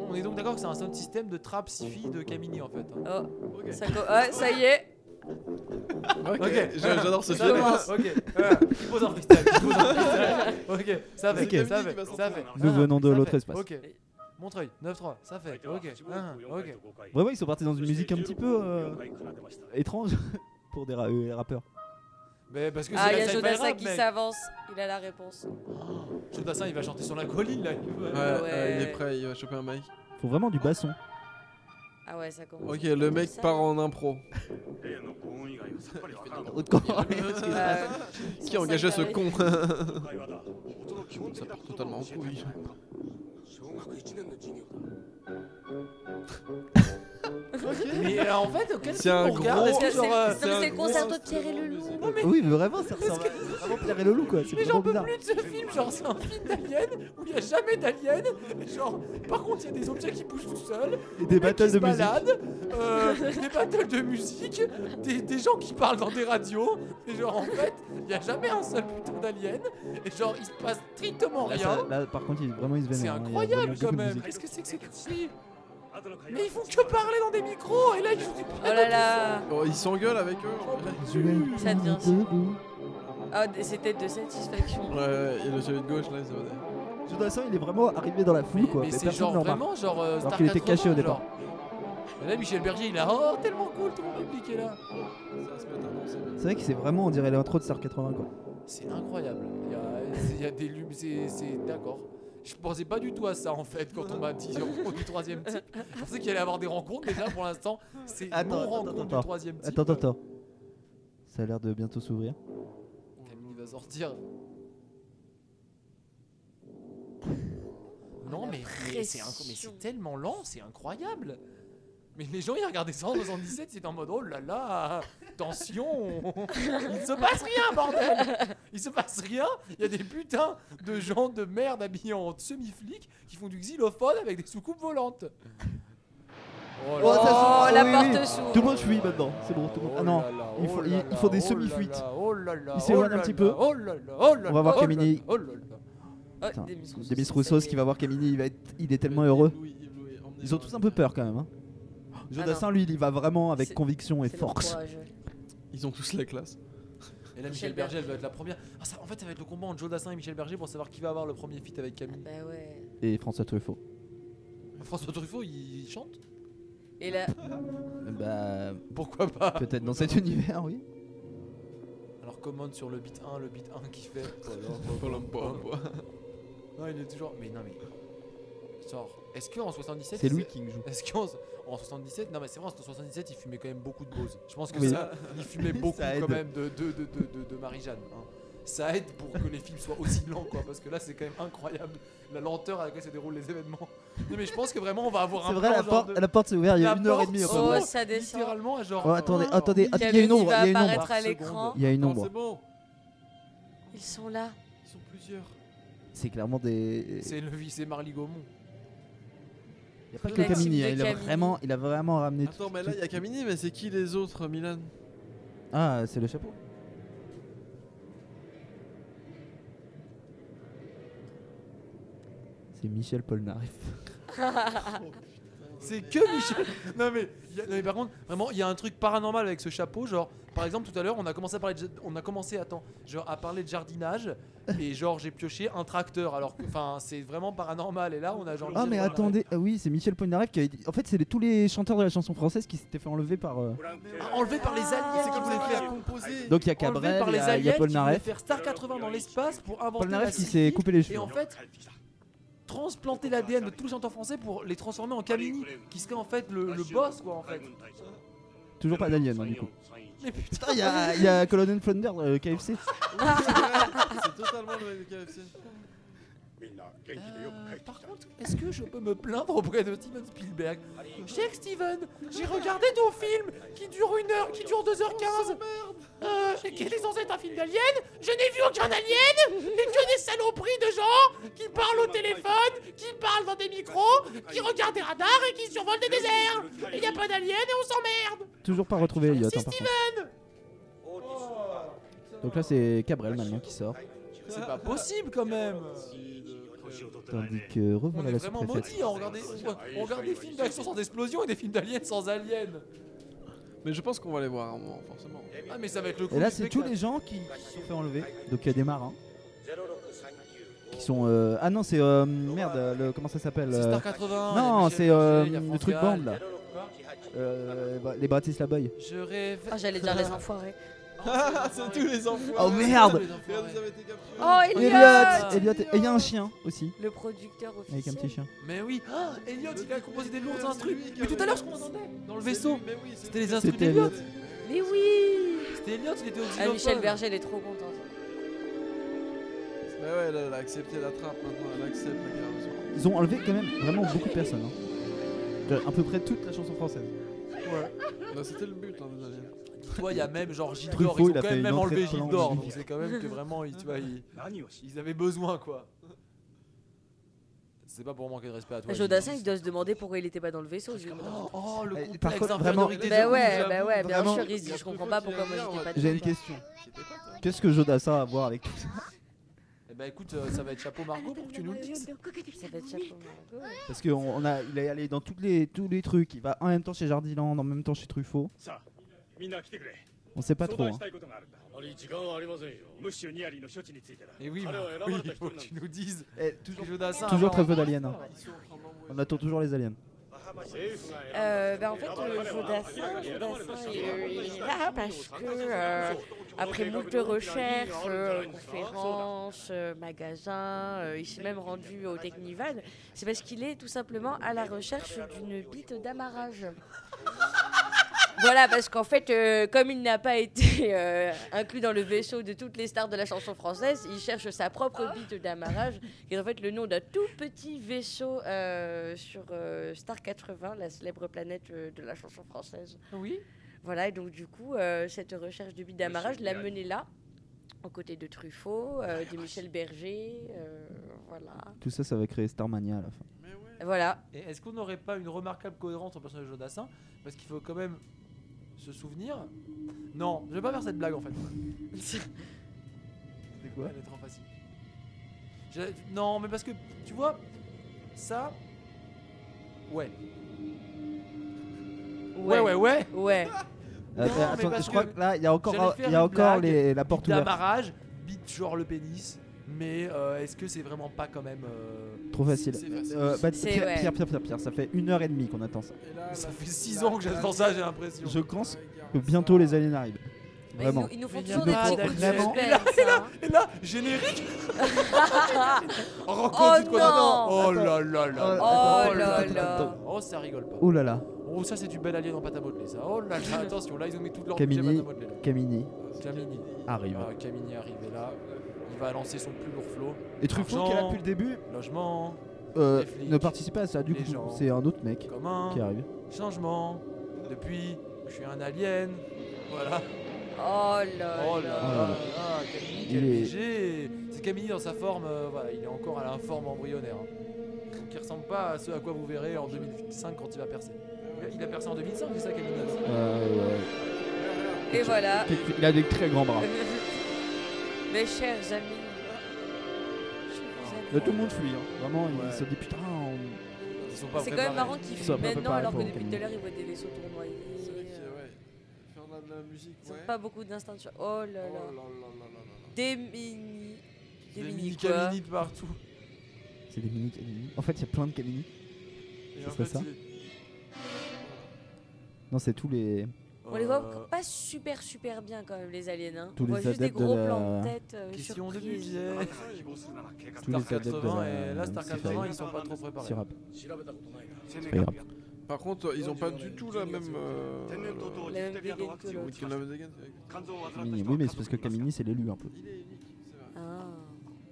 On est donc d'accord que c'est un sound system de trap sifi de Camini en fait. hein. Oh, Ok. ça, co- ouais, ça y est. Ok, j'a- j'adore ce Ça film. commence, ok. Voilà. Il pose un freestyle. il pose un freestyle. Ok, ça fait, C'est Camille ça qui fait, va s'en ça fait. prendre, Nous Ah, venons de ça l'autre fait. espace. Ok. Montreuil, 9-3, ça fait. Ok, ah, ok. Vraiment, ils sont partis dans une musique un petit peu euh, étrange pour des ra- euh, rappeurs. Mais parce que Ah, il y a c'est la sci-fi Jodassin rap, qui mec. s'avance. Il a la réponse. Jodassin, il va chanter sur la colline là. il va- Ouais, euh, il Ouais. est prêt, il va choper un mic. Faut vraiment du basson. Ah ouais, ça commence. Ok, le mec Ça. part en impro. Euh, Qui a engagé ce Sarkozy. con Ça part totalement en couille. Mais euh, en fait, quel C'est film un on regarde Est-ce gros- que genre. euh, C'est- non, mais c'est le concerto de Pierre et Lelou. Non mais, Oui, mais vraiment, ça ressemble à- vraiment Pierre et Lelou quoi. euh, C'est mais j'en vraiment peux plus bizarre. de ce film, genre c'est un film d'alien où il n'y a jamais d'alien. et Genre, par contre, il y a des objets qui bougent tout seuls, Et des battles de musique. balades, euh, des battles de musique, des, des gens qui parlent dans des radios. Et genre, en fait, il n'y a jamais un seul putain d'alien. Et genre, il se passe strictement Là, ça- rien. là, par contre, il- vraiment, ils se vénèrent. C'est hein, il y a incroyable vraiment quand beaucoup de même. musique. Qu'est-ce que c'est que ces conneries Mais ils font que parler dans des micros et là ils jouent du Oh là là. Oh, il s'engueule avec eux. en vrai. Ça devient ça. Ah, des- c'était de satisfaction. Ouais, ouais, et le celui de gauche là, ça va. De toute façon, il est vraiment arrivé dans la foule quoi. Mais c'est personne genre ne le remarque. vraiment genre euh, Alors Star qu'il était caché au 80, départ. genre. Et là Michel Berger il a oh tellement cool tout le monde public est là. Ça va se mettre à danser. C'est vrai que c'est vraiment, on dirait l'intro de Star 80 quoi. C'est incroyable. Il y a, c'est- il y a des lumes, c'est, c'est- d'accord. Je pensais pas du tout à ça en fait quand on m'a dit rencontre du troisième type. Je pensais qu'il allait avoir des rencontres, mais là pour l'instant c'est Attends, non attends, rencontre attends. du troisième type. Attends, attends, attends. Ça a l'air de bientôt s'ouvrir. Camille va sortir. Non mais, mais c'est inc- mais c'est tellement lent, c'est incroyable. Mais les gens ils regardaient ça en 77, c'est en mode oh là là, tension, il se passe rien bordel, il se passe rien. Il y a des putains de gens de merde habillés en semi flic qui font du xylophone avec des soucoupes volantes. Oh, oh la porte s'ouvre. Tout le monde fuit maintenant, c'est bon. Tout le monde. Ah Oh non, il faut, il, il faut des semi-fuites. Il s'éloigne un petit peu. On va voir Camini. Oh, Putain, Demis Roussos qui va voir Camini, il, va être- il est tellement heureux. Ils ont tous un peu peur quand même. Hein. Jodassin, lui, il y va vraiment avec conviction et force. Ils ont tous la classe. Et là, Michel Berger, elle doit être la première. Ah, ça, en fait, ça va être le combat entre Joe Dassin et Michel Berger pour savoir qui va avoir le premier feat avec Camille. bah ouais. Et François Truffaut. François Truffaut, il il chante Et là. Bah. Ah. Pourquoi pas Peut-être dans cet univers, oui. Alors, commande sur le beat 1, le beat 1 qui fait. Oh, non, il est toujours. Mais non, mais. Sors. Est-ce qu'en 77. C'est lui il- qui me joue. Est-ce qu'en en 77. Non, mais c'est vrai, en 77, il fumait quand même beaucoup de bose. Je pense que Oui. ça. Il fumait beaucoup Ça quand aide. même de, de, de, de, de, de Marie-Jeanne. hein. Ça aide pour que les films soient aussi lents, quoi. Parce que là, c'est quand même incroyable la lenteur à laquelle se déroulent les événements. Non, mais je pense que vraiment, on va avoir un. C'est vrai, plan la genre porte, de- la porte s'est ouverte il y a La une heure et porte demie. s'ouvre. enfin, Oh, bref. ça descend. Littéralement, à genre. Oh, attendez, attendez, attendez, il y a une ombre, il y a une va ombre. apparaître à hein. l'écran. Il y a une Non, ombre. C'est bon, Ils sont là. ils sont plusieurs. C'est clairement des. C'est Levi, c'est Marly Gaumont. Il n'y a pas que La team Camini, de hein, il a Camini. vraiment, il a vraiment ramené. Attends, tout- mais là, il y a Camini, mais c'est qui les autres, Milan Ah, c'est le chapeau. C'est Michel Polnareff. C'est que Michel. non, mais, y a- non, mais par contre, vraiment, il y a un truc paranormal avec ce chapeau. Genre, par exemple, tout à l'heure, on a commencé à parler, de, on a commencé, attends, genre à parler de jardinage et genre j'ai pioché un tracteur. Alors, que- enfin, c'est vraiment paranormal. Et là, on a genre. Ah Michel mais Polnareff. attendez, ah oui c'est Michel Polnareff qui avait dit... En fait c'est les- tous les chanteurs de la chanson française qui s'étaient fait enlever par... euh, Ah, enlevé par les aliens. C'est qui voulaient faire. composé. Ah. Donc il y Enlevé a Cabrel, par il y les a, il y a aliens. Qui voulaient Polnareff. faire Star 80 dans l'espace pour inventer. Polnareff la qui sylphie s'est coupé les Et cheveux. en fait. Transplanter l'ADN de tous les chanteurs français pour les transformer en Camini, qui serait en fait Euh, le, le boss, quoi, en fait. Toujours pas d'alien hein, du coup. Mais putain, Putain il y a, il y a Colonel Plunder euh, KFC. C'est totalement le mec de KFC. Euh, par contre, est-ce que je peux me plaindre auprès de Steven Spielberg Cheikh Steven, j'ai regardé ton film qui dure une heure, qui dure 2h15. Euh, et quel est censé être un film d'alien Je n'ai vu aucun alien Et que des saloperies de gens qui parlent au téléphone, qui parlent dans des micros, qui regardent des radars et qui survolent des déserts Il n'y a pas d'alien et on s'emmerde Toujours pas retrouvé Elliot. Merci hein, par contre. Steven Donc là c'est Cabrel maintenant qui sort. C'est pas possible quand même Tandis que euh, On revoilà est la vraiment sous-préfète. maudits hein. à regarder, on regarde des films d'action sans explosion et des films d'aliens sans aliens Mais je pense qu'on va les voir à un moment, forcément. Ah mais ça va être le coup Et là du c'est tous spectacle. les gens qui qui se sont fait enlever. Donc il y a des marins. Qui sont... euh, Ah non c'est... euh, Merde, euh, le- comment ça s'appelle C'est euh, Star 80. il y a Non, Michel c'est Berger, euh, il y a le France truc Gall. bande là. Euh, bah, les Bratislava Boys. Je rêve. Ah, Ah, j'allais dire les enfoirés. c'est tous les enfants. Oh, merde. Regarde, ils avaient été capturés. Oh, Elliot Elliot Elliot Et il y a un chien aussi, Le producteur officiel. avec un petit chien. Mais oui, Ah, Elliot, il a composé des lourds C'est instrus. lui qui Mais tout avait- à l'heure, je m'entendais dans le vaisseau. Mais oui, c'est C'était les instrus C'était d'Elliot. Elliot. Mais oui C'était Elliot, il était au Ah, xylophone. Michel Berger, elle est trop contente. Mais Bah ouais, là, elle a accepté la trappe maintenant, elle accepte la guerre de soir. Ils ont enlevé quand même vraiment beaucoup de personnes. Hein. De- À peu près toute la chanson française. Bah, c'était le but, hein, désolé. Toi, il y a même genre Gildor. Truffaut, Ils ont il a quand fait même, une même entrée enlevé de plan Gildor. magnifique. Donc c'est quand même que vraiment, ils- tu vois, ils, ils avaient besoin quoi. C'est pas pour manquer de respect à toi. Gildor. Jodassin, il doit se demander pourquoi il était pas dans le vaisseau. je- Oh, oh, le Eh, complexe par contre, d'infériorité Bah de ouais, ouf, bah ouais, bien Vraiment. sûr, il se dit, je comprends pas pourquoi moi j'étais pas J'ai une dedans. question. Qu'est-ce que Jodassin a à voir avec tout ça Eh bah écoute, euh, ça va être chapeau Margot pour que tu nous le dises. Ça va être chapeau, Margot. Parce qu'il a, il est allé dans toutes les, tous les trucs. Il va en même temps chez Jardiland, en même temps chez Truffaut. On sait pas trop. hein. Et Eh oui, Margot, il faut que tu nous dises. Eh, Toujours, Jodassin, Toujours avant- très peu d'aliens. hein. On attend toujours les aliens. Euh, bah en fait, le Jodassin, Jodassin, il il est là parce que, euh, après moult recherches, euh, hein, conférences, euh, magasins, euh, il s'est même rendu au Technival, c'est parce qu'il est tout simplement à la recherche d'une bite d'amarrage. Voilà, parce qu'en fait, euh, comme il n'a pas été euh, inclus dans le vaisseau de toutes les stars de la chanson française, il cherche sa propre bite d'amarrage, qui est en fait le nom d'un tout petit vaisseau euh, sur euh, Star 80, la célèbre planète euh, de la chanson française. Oui. Voilà, et donc du coup, euh, cette recherche de bite d'amarrage l'a menée là, aux côtés de Truffaut, euh, de Michel Berger, euh, voilà. Tout ça, ça va créer Starmania à la fin. Mais ouais. Voilà. Et est-ce qu'on n'aurait pas une remarquable cohérence au personnage de Jodassin Parce qu'il faut quand même se souvenir. Non, je vais pas faire cette blague en fait. C'est quoi Elle est trop facile. Je- Non, mais parce que tu vois, ça. Ouais. Ouais, ouais, ouais. Ouais. Non, mais Attends, parce je crois que que là, il j'allais y a encore, faire il y a une encore blague, les, la bite porte ouverte. d'amarrage, bite genre le pénis. Mais euh, est-ce que c'est vraiment pas quand même. euh, Trop facile. c'est- c'est facile. Euh, bah, C'est- Pierre, ouais. Pierre, Pierre, Pierre, Pierre, ça fait une heure et demie qu'on attend ça. Ça fait 6 ans que j'attends ça, j'ai l'impression. Je pense que bientôt les aliens arrivent. Mais Vraiment. ils nous- ils nous font Il toujours nous des faut petits coups de vraiment- suspense. Et là, hein. et là, générique Oh Ah, Rencontre du quotidien. non Oh là là là Oh là là. Oh, ça rigole pas. Oh là là. Oh, ça, c'est du bel alien en pâte à modeler, ça. Oh là là, attention, là, ils ont mis toute leur budget Camini, pâte à modeler. Camini. Camini Arrive. Ah, Camini arrive et là. Il va lancer son plus lourd flot. Et Truffaut, qui est là depuis le début Logement. Euh, les flics, ne participe pas à ça, du les coup, gens, Hein c'est un autre mec commun, qui arrive. Changement. Depuis, je suis un alien. Voilà. Oh là Oh là là. là là, Camini, Ah, Il quel est- BG. C'est Camini dans sa forme, euh, voilà, il est encore à la forme embryonnaire. hein. Donc il ressemble pas à ce à quoi vous verrez en 2005 quand il va percer. Il a percé en 2005, c'est ça Camini Euh, Et voilà. Il a des très grands bras. Mes chers amis. Euh, Là, tout le monde fuit, hein. vraiment, il se dit putain. on- Ils sont C'est quand même marrant qu'ils Ils fuient sont pas maintenant préparés alors que pour depuis tout à Camille. l'heure ils voient des vaisseaux tournoyer. Faire de la musique, Ils ont pas beaucoup d'instinct de choix. Oh là là. Des mini. Des, Des mini mini quoi Camini de partout. C'est des mini Camini. En fait, il y a plein de Camini. Et Ce en serait fait, ça il est- Non, c'est tous les. On les Euh. Oh, voit pas super super bien quand même les aliens. Hein. Tous On voit les juste des adeptes de gros la- plans de tête. euh, Question de surprises. budget. Tous les Star adeptes de 80 la- et là Star c'est vrai. hein, 80 ils sont pas trop préparés. Sirap. Ah, C'est pas grave. Par contre, ils ont pas du tout la même. euh, La même dégaine que l'autre. la même dégaine. Camini. Oui, ah, mais c'est parce que Camini, c'est l'élu un peu. Ah.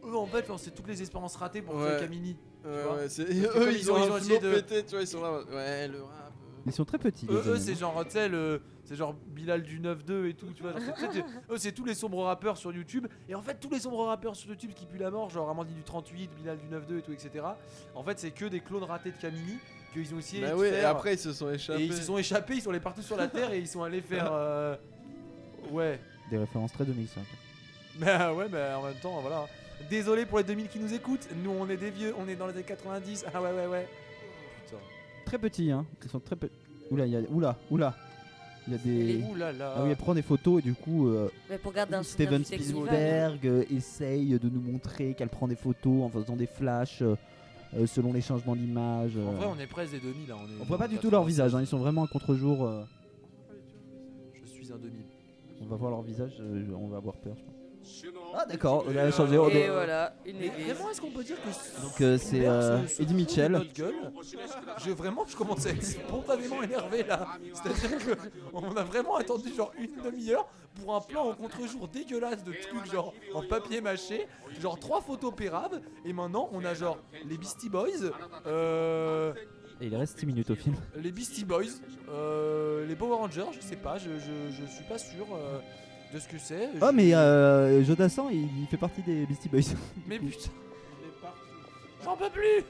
Eux en fait, c'est toutes les espérances ratées pour Ouais. faire Camini. tu Ouais, vois. ouais, c'est- Parce que comme eux, ils ont un essayé flow pété, tu vois, ils sont là. Ouais, le rap. euh. Ils sont très petits. Eux, les eux, aliens. c'est genre, tu sais, le- c'est genre Bilal du 9-2 et tout, tu vois. genre, c'est- c'est- eux, c'est tous les sombres rappeurs sur YouTube. Et en fait, tous les sombres rappeurs sur YouTube qui puent la mort, genre Amandine du 38, Bilal du 9-2 et tout, etc. En fait, c'est que des clones ratés de Camini qu'ils ont essayé. Bah de oui, et faire. après, ils se sont échappés. Et ils se sont échappés, ils sont allés partout sur la terre et ils sont allés faire. euh, Ouais. Des références très 2005. Bah ouais, mais en même temps, voilà. Désolé pour les 2000 qui nous écoutent. Nous, on est des vieux, on est dans les années 90. Ah ouais, ouais, ouais. Putain. Très petits, hein. Ils sont très petits. Oula, il y a. Oula, oula. Il y a des. Les- Oulala. Ah oui, elle prend des photos et du coup. euh, Mais pour garder un souvenir Steven du sexe Spielberg euh, essaye de nous montrer qu'elle prend des photos en faisant des flashs euh, euh, selon les changements d'image. En euh. vrai, on est presque des 2000 là. On, est On voit pas du tout leur visage, hein, ils sont vraiment à contre-jour. euh, Je suis un 2000. on va voir leur visage, euh, on va avoir peur, je pense. Ah d'accord, on a euh, changé. on est- Et voilà, une Mais église. vraiment, est-ce qu'on peut dire que ce- Donc, ce euh, c'est, Spielberg se- euh, se Eddie fout de Mitchell. notre gueule je, Vraiment, je commence à être spontanément énervé là. C'est-à-dire que on a vraiment attendu genre une demi-heure pour un plan en contre-jour dégueulasse de trucs genre en papier mâché, genre trois photos pérables, et maintenant on a genre les Beastie Boys, euh, Et il reste 6 minutes au film. les Beastie Boys, euh, les Power Rangers, je sais pas, je, je, je suis pas sûr euh, de ce que c'est. Oh Je- mais euh, Jodassin, il, il fait partie des Beastie Boys. Mais putain J'en peux plus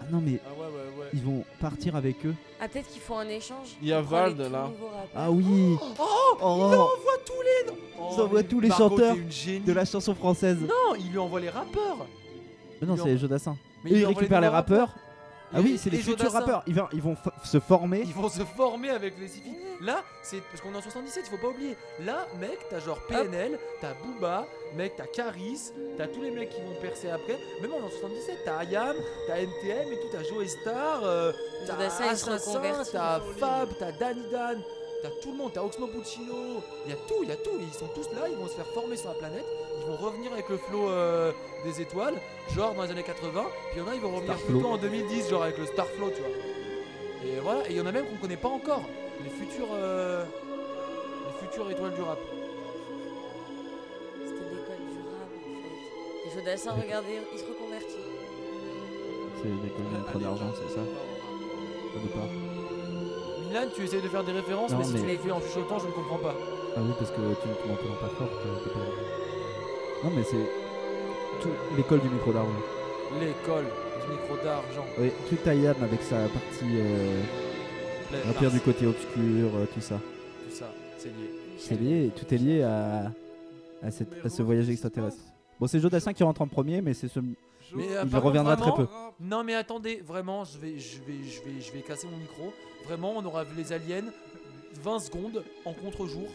Ah non mais Ah ouais, ouais, ouais. ils vont partir avec eux. Ah peut-être qu'ils font un échange. Il y a On prend les Vald, tout là. nouveaux rappeurs. Ah oui. Oh, Oh. Il leur envoie tous les Oh, Ils envoient mais tous les Margot, chanteurs t'es une génie. de la chanson française. Non, il lui envoie les rappeurs Mais non, il c'est envoie- Jodassin. Mais Et il ils envoie les récupèrent les nouveaux rappeurs. Ah Et- oui, c'est et les futurs Jodassin. rappeurs. Ils vont, ils vont f- se former. Ils vont se former avec les six filles. Là, c'est parce qu'on est en 77, il faut pas oublier. Là, mec, t'as genre PNL, t'as Booba, mec, t'as Caris, t'as tous les mecs qui vont percer après. Même on est en 77, t'as Ayam, t'as NTM et tout, t'as Joe Star, euh, t'as Jodassin, il se Assassin, reconvertit. t'as Fab, t'as Danny Dan, t'as tout le monde, t'as Oxmo Puccino. Il y a tout, il y a tout. Ils sont tous là, ils vont se faire former sur la planète. Ils vont revenir avec le flot euh, des étoiles, genre dans les années 80. Puis il y en a, ils vont revenir Starflow. plutôt en 2010, genre avec le Starflow, tu vois. Et voilà, et il y en a même qu'on connaît pas encore. Les futurs. euh, les futures étoiles du rap. C'était l'école du rap en fait. Et Jodassin, regardez, il se reconvertit. C'est des Ah, colonies trop d'argent, c'est ça. Ça doit pas. Milan, tu essayes de faire des références, Non, mais si mais- tu les fais en chuchotant, je ne comprends pas. Ah oui, parce que tu ne comprends pas fort. t'es- t'es pas- Non, mais c'est tout l'école du micro d'argent. l'école du micro d'argent. Oui, tout taillable avec sa partie euh, Pleine empire du farce. côté obscur, euh, tout ça. Tout ça, c'est lié. C'est lié, tout est lié à, à, cette- à ce voyage extraterrestre. Bon, c'est Jodassin qui rentre en premier, mais c'est ce, Mais, euh, hein. il par reviendra contre, très peu. vraiment, Non mais attendez, vraiment, je vais, je vais, je vais, je vais casser mon micro. Vraiment, on aura vu les aliens 20 secondes en contre-jour.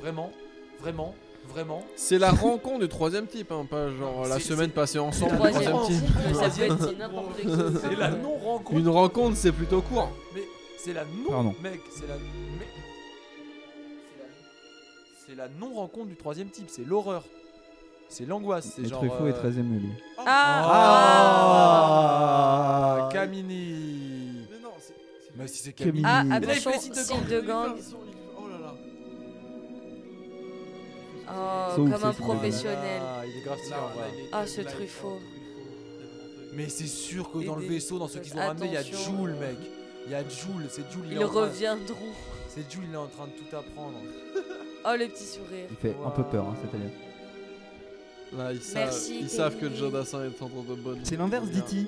Vraiment, vraiment, vraiment. C'est la rencontre du troisième type, hein, pas genre la C'est- semaine c'est- passée ensemble. Le le Troisième troisième type. type, ça peut être n'importe qui. C'est la non-rencontre. Une rencontre, c'est plutôt court. Mais c'est la non, Pardon. mec, c'est la, mais- c'est la, c'est la non-rencontre du troisième type. C'est l'horreur, c'est l'angoisse, c'est Et genre. Truffaut est euh, très ému, lui. Ah, Ah, Ah Camini. Mais non, c'est. Mais si c'est Camini. Camini. Ah, Mais là, il fait attention, les signes de signe de gang. gang. Oh, C'est ouf, comme ça, un c'est professionnel. Ah, il est grave stylé, en vrai. Ah, ce Truffaut. Mais c'est sûr que dans le des- vaisseau, dans ceux qu'ils ont ramené, il y a Attention. Joule, mec. Il y a Joule, c'est Joule. Ils reviendront. C'est Joule, il est en train de tout apprendre. Oh, le petit sourire. Il fait un peu peur, hein, cet alien. Là, ils, savent- Merci, ils savent que Camille. Jodassin est en train de bonne. C'est l'inverse d'E.T.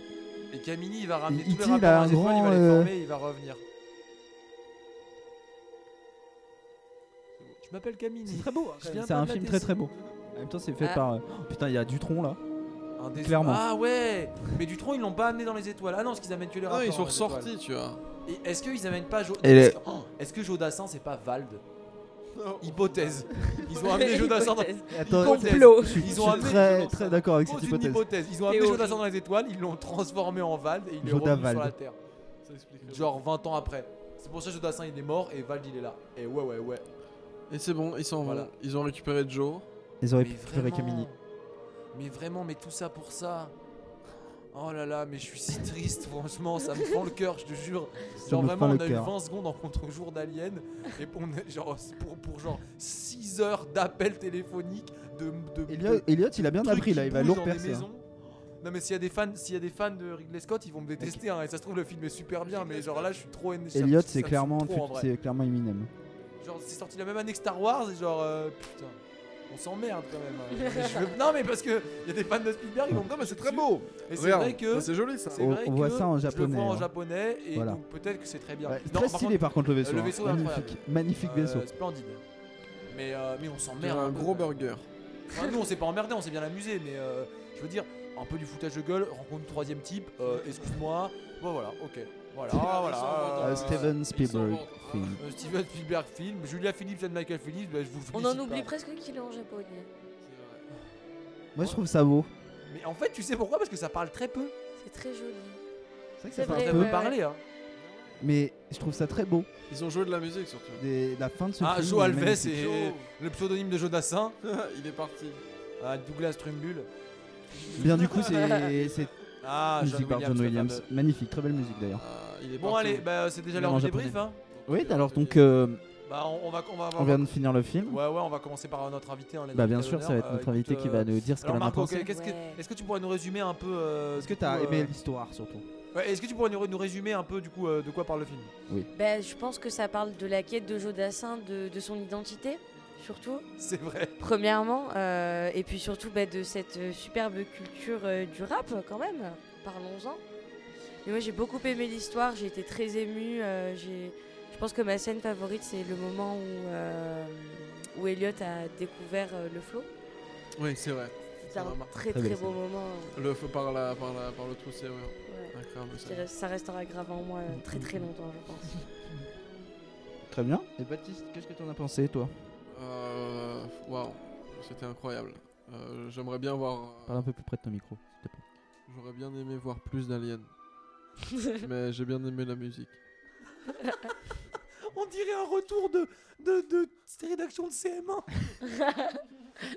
Et Camini, il va ramener Et tous E.T., les il a rappeurs un des étoiles, il va grand, les euh, former, il va revenir. Je m'appelle Camini. C'est très beau. hein, C'est un film très très beau. En même temps, c'est fait Ah. par. oh, putain, il y a Dutron là. Un des- Clairement. Ah ouais Mais Dutron, ils l'ont pas amené dans les étoiles. Ah non, parce qu'ils amènent que les Non, rappeurs ils sont dans les étoiles. ressortis, tu vois. Et est-ce qu'ils amènent pas Jo- Et Est-ce le- que- oh, Est-ce que Jodassin, c'est pas Valde Hypothèse. Ils ont amené Jodassin dans... Hypothèse. Attends, Hypothèse. complot. je suis- je Ils suis ont amené très- Jodassin très d'accord avec dans cette une hypothèse. Ils ont amené Théorie. Jodassin dans les étoiles, ils l'ont transformé en Valde et il est Joda revenu sur Valde. la Terre. Genre 20 ans après. C'est pour ça que Jodassin, il est mort et Valde, il est là. Et ouais, ouais, ouais. Et c'est bon, ils s'en vont. Ils ont récupéré Joe. Ils auraient Mais pu récupérer vraiment. Camini. Mais vraiment, mais tout ça pour ça. Oh là là, mais je suis si triste, franchement, ça me fend le cœur, je te jure. Ça Genre me vraiment, fend le on a eu cœur. 20 secondes en contre-jour d'Alien, et on est genre pour, pour genre 6 heures d'appels téléphoniques de. de Elliot, Elliot, il a bien trucs appris qui là, il va bougent lourd dans des percer. hein. maisons. Non mais s'il y a des fans, s'il y a des fans de Ridley Scott, ils vont me détester hein, et ça se trouve le film est super bien mais genre là je suis trop énervé. Elliot, c'est clairement, c'est clairement Eminem. Genre, c'est sorti la même année que Star Wars, et genre, euh, putain, on s'emmerde quand même. hein. Mais je veux- Non, mais parce que y a des fans de Spielberg, ils vont. Non, Ah, mais c'est très beau. Et c'est Regarde, vrai que. ça, c'est joli, ça. c'est On- vrai on voit que ça en Je japonais, le vois en hein. japonais, et Voilà. donc peut-être que c'est très bien. Ouais, Non, très stylé par contre le vaisseau. Le hein. vaisseau est magnifique, incroyable. magnifique Euh, vaisseau. Splendide. Mais, euh, mais on Il y s'emmerde. aura un peu. gros burger. Enfin, nous, on s'est pas emmerdé, on s'est bien amusé, mais euh, je veux dire, un peu du foutage de gueule, rencontre troisième type, euh, excuse-moi. Bon, voilà, ok. Voilà, voilà. Ah, Euh, Steven Spielberg film. Euh, Steven Spielberg film, Julia Phillips et Michael Phillips, bah, je vous On félicite en oublie pas. presque qu'il est en japonais. Moi je trouve ça beau. Mais en fait, tu sais pourquoi Parce que ça parle très peu. C'est très joli. C'est vrai que C'est ça parle vrai, peu, On peut ouais, parler, hein. mais je trouve ça très beau. Ils ont joué de la musique surtout. Des- la fin de ce Ah, film. Joe est Alves, magnifique. c'est le pseudonyme de Jodassin. Il est parti. Ah, Douglas Trumbull. Bien du coup, c'est c'est Ah, musique par John la Williams. fameuse. Magnifique, très belle musique d'ailleurs. Euh, Il est Bon, parti. allez, bah, c'est déjà Même l'heure en du japonais. débrief, hein. Oui, alors donc euh, Bah, on, on va, on, va, on vient de finir le film. Ouais, ouais, on va commencer par euh, notre invité. hein, les Bah, bien invités sûr, ça va d'honneur. être notre invité euh, qui va nous dire ce alors, qu'elle en a Marco, pensé. qu'est-ce que- Ouais. Est-ce que tu pourrais nous résumer un peu. euh, Est-ce que du t'as coup, aimé euh, l'histoire surtout ouais, Est-ce que tu pourrais nous, nous résumer un peu du coup euh, de quoi parle le film Ben, je pense que ça parle de la quête de Jodassin, de, de son identité, surtout. C'est vrai. Premièrement, euh, et puis surtout bah, de cette euh, superbe culture euh, du rap quand même, parlons-en. Mais moi j'ai beaucoup aimé l'histoire, j'ai été très émue, euh, j'ai- je pense que ma scène favorite c'est le moment où, euh, où Elliot a découvert euh, le flow. Oui, c'est vrai. C'était Ça un m'a marqué. très Très très belle beau moment. Le feu par, la, par, la, par le trou, c'est vrai. Ouais. Incroyable ça. qui reste- Ça restera grave en moi euh, très très longtemps je pense. Très bien. Et Baptiste, qu'est-ce que t'en as pensé toi Euh, Waouh, c'était incroyable. Euh, J'aimerais bien voir. Parle un peu plus près de ton micro, s'il te plaît. J'aurais bien aimé voir plus d'aliens. Mais j'ai bien aimé la musique. On dirait un retour de, de, de, rédaction de CM1.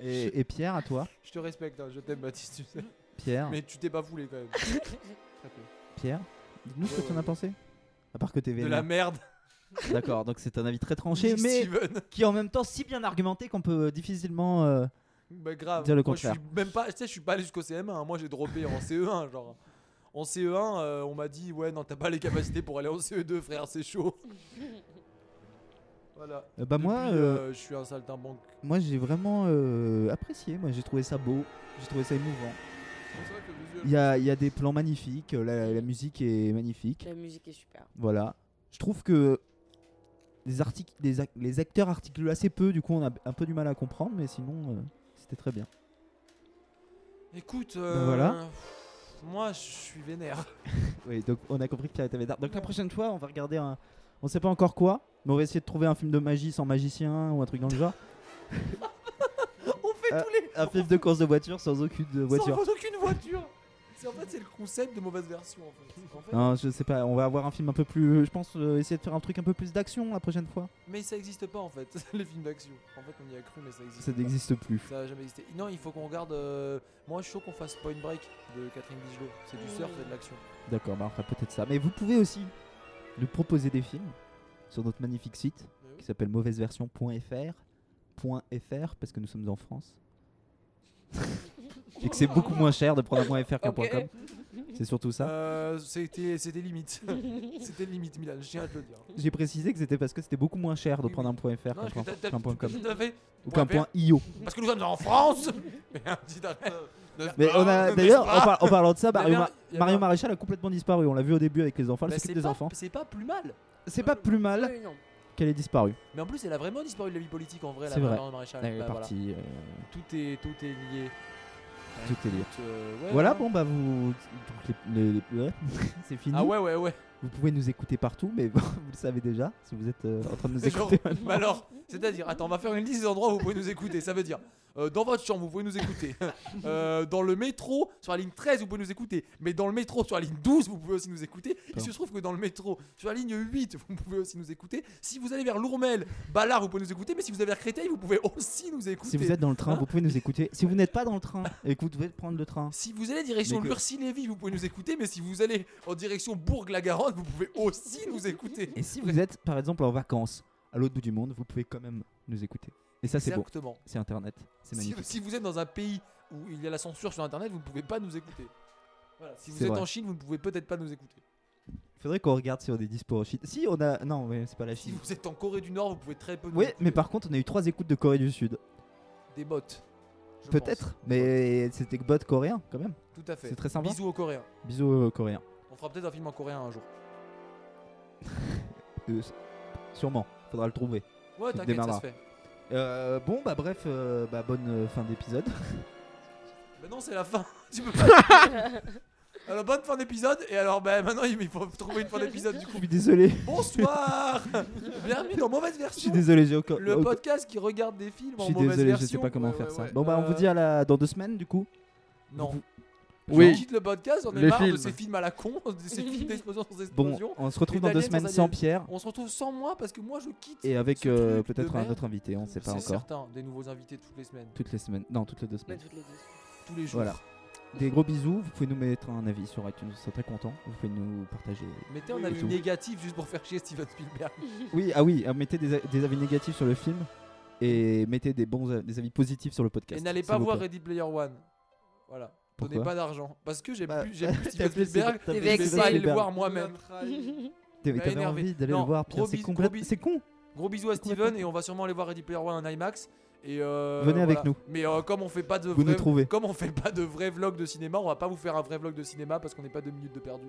Et, et Pierre, à toi Je te respecte, hein, je t'aime Baptiste, tu sais. Pierre, Mais tu t'es pas foulé quand même. Très peu. Pierre, dis-nous ce que Ouais, t'en as ouais. pensé. À part que t'es De vénère. la merde. D'accord, donc c'est un avis très tranché, Dis mais Steven. qui est en même temps si bien argumenté qu'on peut difficilement. euh, Bah grave. Dire le Moi, je suis contraire. même pas, tu sais, je suis pas allé jusqu'au CM1. hein. Moi, j'ai droppé en CE1, genre. En CE1, euh, on m'a dit ouais, non, t'as pas les capacités pour aller en CE2, frère, c'est chaud. Voilà. Euh, bah, moi, Depuis, euh, je suis un saltimbanque. Moi j'ai vraiment euh, apprécié, moi j'ai trouvé ça beau, j'ai trouvé ça émouvant. Il y a, il y a des plans magnifiques, la, la musique est magnifique. La musique est super. Voilà. Je trouve que les, artic- les, ac- les acteurs articulent assez peu, du coup on a un peu du mal à comprendre, mais sinon euh, c'était très bien. Écoute, Ben voilà. euh, moi je suis vénère. Oui, donc on a compris que Clarette avait d'art. Donc la prochaine fois, on va regarder un. On sait pas encore quoi, mais on va essayer de trouver un film de magie sans magicien ou un truc dans le genre. on fait tous les. Un film de course Euh, de voiture sans aucune euh, voiture. Sans aucune voiture. C'est en fait c'est le concept de mauvaise version en fait. En fait- Non, je sais pas, on va avoir un film un peu plus. Je pense euh, essayer de faire un truc un peu plus d'action la prochaine fois. Mais ça existe pas en fait, les films d'action. En fait on y a cru mais ça existe Ça pas. n'existe plus. Ça a jamais existé. Non, il faut qu'on regarde. euh, Moi je suis chaud qu'on fasse Point Break de Catherine Bigelow. C'est du surf et de l'action. D'accord, bah on fera peut-être ça. Mais vous pouvez aussi nous proposer des films sur notre magnifique site qui s'appelle mauvaiseversion.fr. Point .fr parce que nous sommes en France. Et que c'est beaucoup moins cher de prendre un point .fr qu'un point .com. C'est surtout ça. Euh, c'était, c'était limite. c'était limite, Milan, je tiens à te le dire. J'ai précisé que c'était parce que c'était beaucoup moins cher de prendre un point .fr Non, qu'un parce que point, t'as- t'as- qu'un point .com. tout à fait. Ou qu'un point .io. Parce que nous sommes en France Mais un petit arrêt. Euh, Mais on a N'est-ce d'ailleurs, pas en, par- en parlant de Mais ça, Bah, Mario, merde, Mar- y a Mario pas- Maréchal a complètement disparu. On l'a vu au début avec les enfants, elle Bah, s'occupe des pas- enfants. C'est pas plus mal. C'est pas plus mal Oui, non. qu'elle ait disparu. Mais en plus, elle a vraiment disparu de la vie politique en vrai, la C'est vrai. Marie Maréchal. Elle est Bah, voilà. partie, euh, Tout, est, tout est lié. Tout est lié. Écoute, euh, ouais, voilà, non. bon bah vous. donc, les- les- les- ouais, c'est fini. Ah ouais, ouais, ouais. Vous pouvez nous écouter partout, mais bon, vous le savez déjà si vous êtes euh, en train de nous écouter. Genre, maintenant. bah alors, c'est-à-dire, attends, on va faire une liste des endroits où vous pouvez nous écouter. Ça veut dire, euh, dans votre chambre, vous pouvez nous écouter. Euh, dans le métro, sur la ligne 13, vous pouvez nous écouter. Mais dans le métro, sur la ligne 12, vous pouvez aussi nous écouter. Il se trouve que dans le métro, sur la ligne 8, vous pouvez aussi nous écouter. Si vous allez vers Lourmel, Ballard, vous pouvez nous écouter. Mais si vous allez vers Créteil, vous pouvez aussi nous écouter. Si vous êtes dans le train, vous pouvez nous écouter. Si vous n'êtes pas dans le train, écoute, vous pouvez prendre le train. Si vous allez direction Mais que- Lurcy-Lévy, vous pouvez nous écouter. Mais si vous allez en direction Bourg-la-Garonne, vous pouvez aussi nous écouter. Et si vous êtes par exemple en vacances à l'autre bout du monde, vous pouvez quand même nous écouter. Et ça c'est beau. Exactement. C'est internet, c'est Si, magnifique. si vous êtes dans un pays où il y a la censure sur internet, vous ne pouvez pas nous écouter. Voilà, si vous C'est êtes vrai. en Chine, vous ne pouvez peut-être pas nous écouter. Faudrait qu'on regarde si on est dispo en Chine. Si on a non, mais c'est pas la Si Chine. vous êtes en Corée du Nord, vous pouvez très peu nous Oui, écouter. mais par contre, on a eu trois écoutes de Corée du Sud. Des bots. je Peut-être, mais c'était bot coréen quand même. pense. Tout à fait. C'est très sympa. Bisous aux Coréens. Bisous euh, aux Coréens. On fera peut-être un film en coréen un jour. Euh, s- sûrement, faudra le trouver. Ouais, t'inquiète, Tu te ça démarreras. se fait. Euh, bon, bah bref, euh, bah, bonne euh, fin d'épisode. Mais non, c'est la fin. tu peux pas. alors, bonne fin d'épisode. Et alors, bah, maintenant, il faut trouver une fin d'épisode du coup. Je suis désolé. Bonsoir Bienvenue dans Mauvaise Version. Je suis désolé, j'ai encore. Le encore- podcast qui regarde des films Je en suis mauvaise désolé, je version. sais pas comment Ouais, faire ouais, ça. ouais. Euh, Bon, bah on vous dit à la... dans deux semaines du coup. Non. Vous- Oui. Genre- quitte le podcast, on est Les marre de films. ces films à la con, de ces films d'explosion sans Bon, explosion. on se retrouve Et dans deux d'aliens semaines sans aliens. Pierre. On se retrouve sans moi parce que moi je quitte. Et avec ce euh, truc de peut-être un merde. autre invité, on sait pas C'est encore. certain, des nouveaux invités toutes les semaines. Toutes les semaines. Non, toutes les deux semaines. Tous les jours. Voilà. Des gros bisous, vous pouvez nous mettre un avis sur iTunes, on serait très content. Vous pouvez nous partager. Mettez un et avis tout. négatif juste pour faire chier Steven Spielberg. Oui, ah oui, euh, mettez des, a- des avis négatifs sur le film et mettez des bons a- des avis positifs sur le podcast. Et n'allez s'il pas vous voir plaît. Ready Player One. Voilà. Donnez Pourquoi pas d'argent. Parce que j'ai plus, j'ai plus Bah, t'as Steven plus Spielberg. Steven- Je t'as vais plus pas aller le Spielberg. voir moi-même. T'avais- Il m'a t'avais énervé. envie d'aller Non, le voir, gros Pierre, c'est bis- complète- gros bis- c'est con. Gros bisous à Steven et on va sûrement aller voir Ready Player One en IMAX. Et euh, Venez avec voilà. nous. Mais euh, comme on fait pas de Vous nous vrai, trouvez. comme on fait pas de vrai vlog de cinéma, on va pas vous faire un vrai vlog de cinéma parce qu'on n'est pas deux minutes de perdu.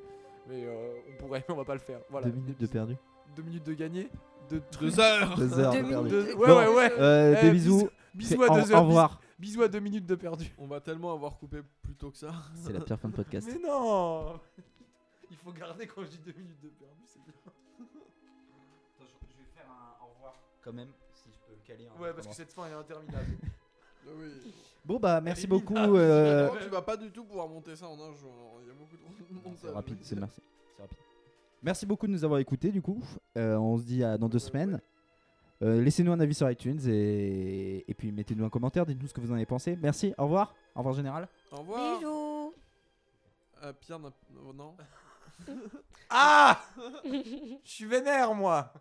Mais euh, on pourrait, mais on va pas le faire. Voilà. Deux minutes de perdu. Deux minutes de gagné. De Deux heures. Deux heures de perdu. Deux- Ouais Bon, ouais ouais. euh, des Eh, bisous. Bisous Au- à deux heures. au revoir. bis- Bisous à deux minutes de perdu. On va tellement avoir coupé plus tôt que ça. C'est la pire fin de podcast. Mais non. Il faut garder quand je dis deux minutes de perdu, c'est bien. Je vais faire un au revoir quand même, si je peux le caler. Ouais, parce que cette fin est interminable. oui. Bon bah merci Elle beaucoup. élimine- euh, Tu vas pas du tout pouvoir monter ça en un jour. alors, Il y a beaucoup de montage. C'est rapide, c'est merci. C'est rapide. Merci beaucoup de nous avoir écoutés du coup. Euh, on se dit à dans deux semaines. Euh, Laissez-nous un avis sur iTunes et, et puis mettez-nous un commentaire, dites-nous ce que vous en avez pensé. Merci, au revoir, au revoir général. Au revoir. Bisous. Euh, Pierre, n'a- non. Ah Je suis vénère moi.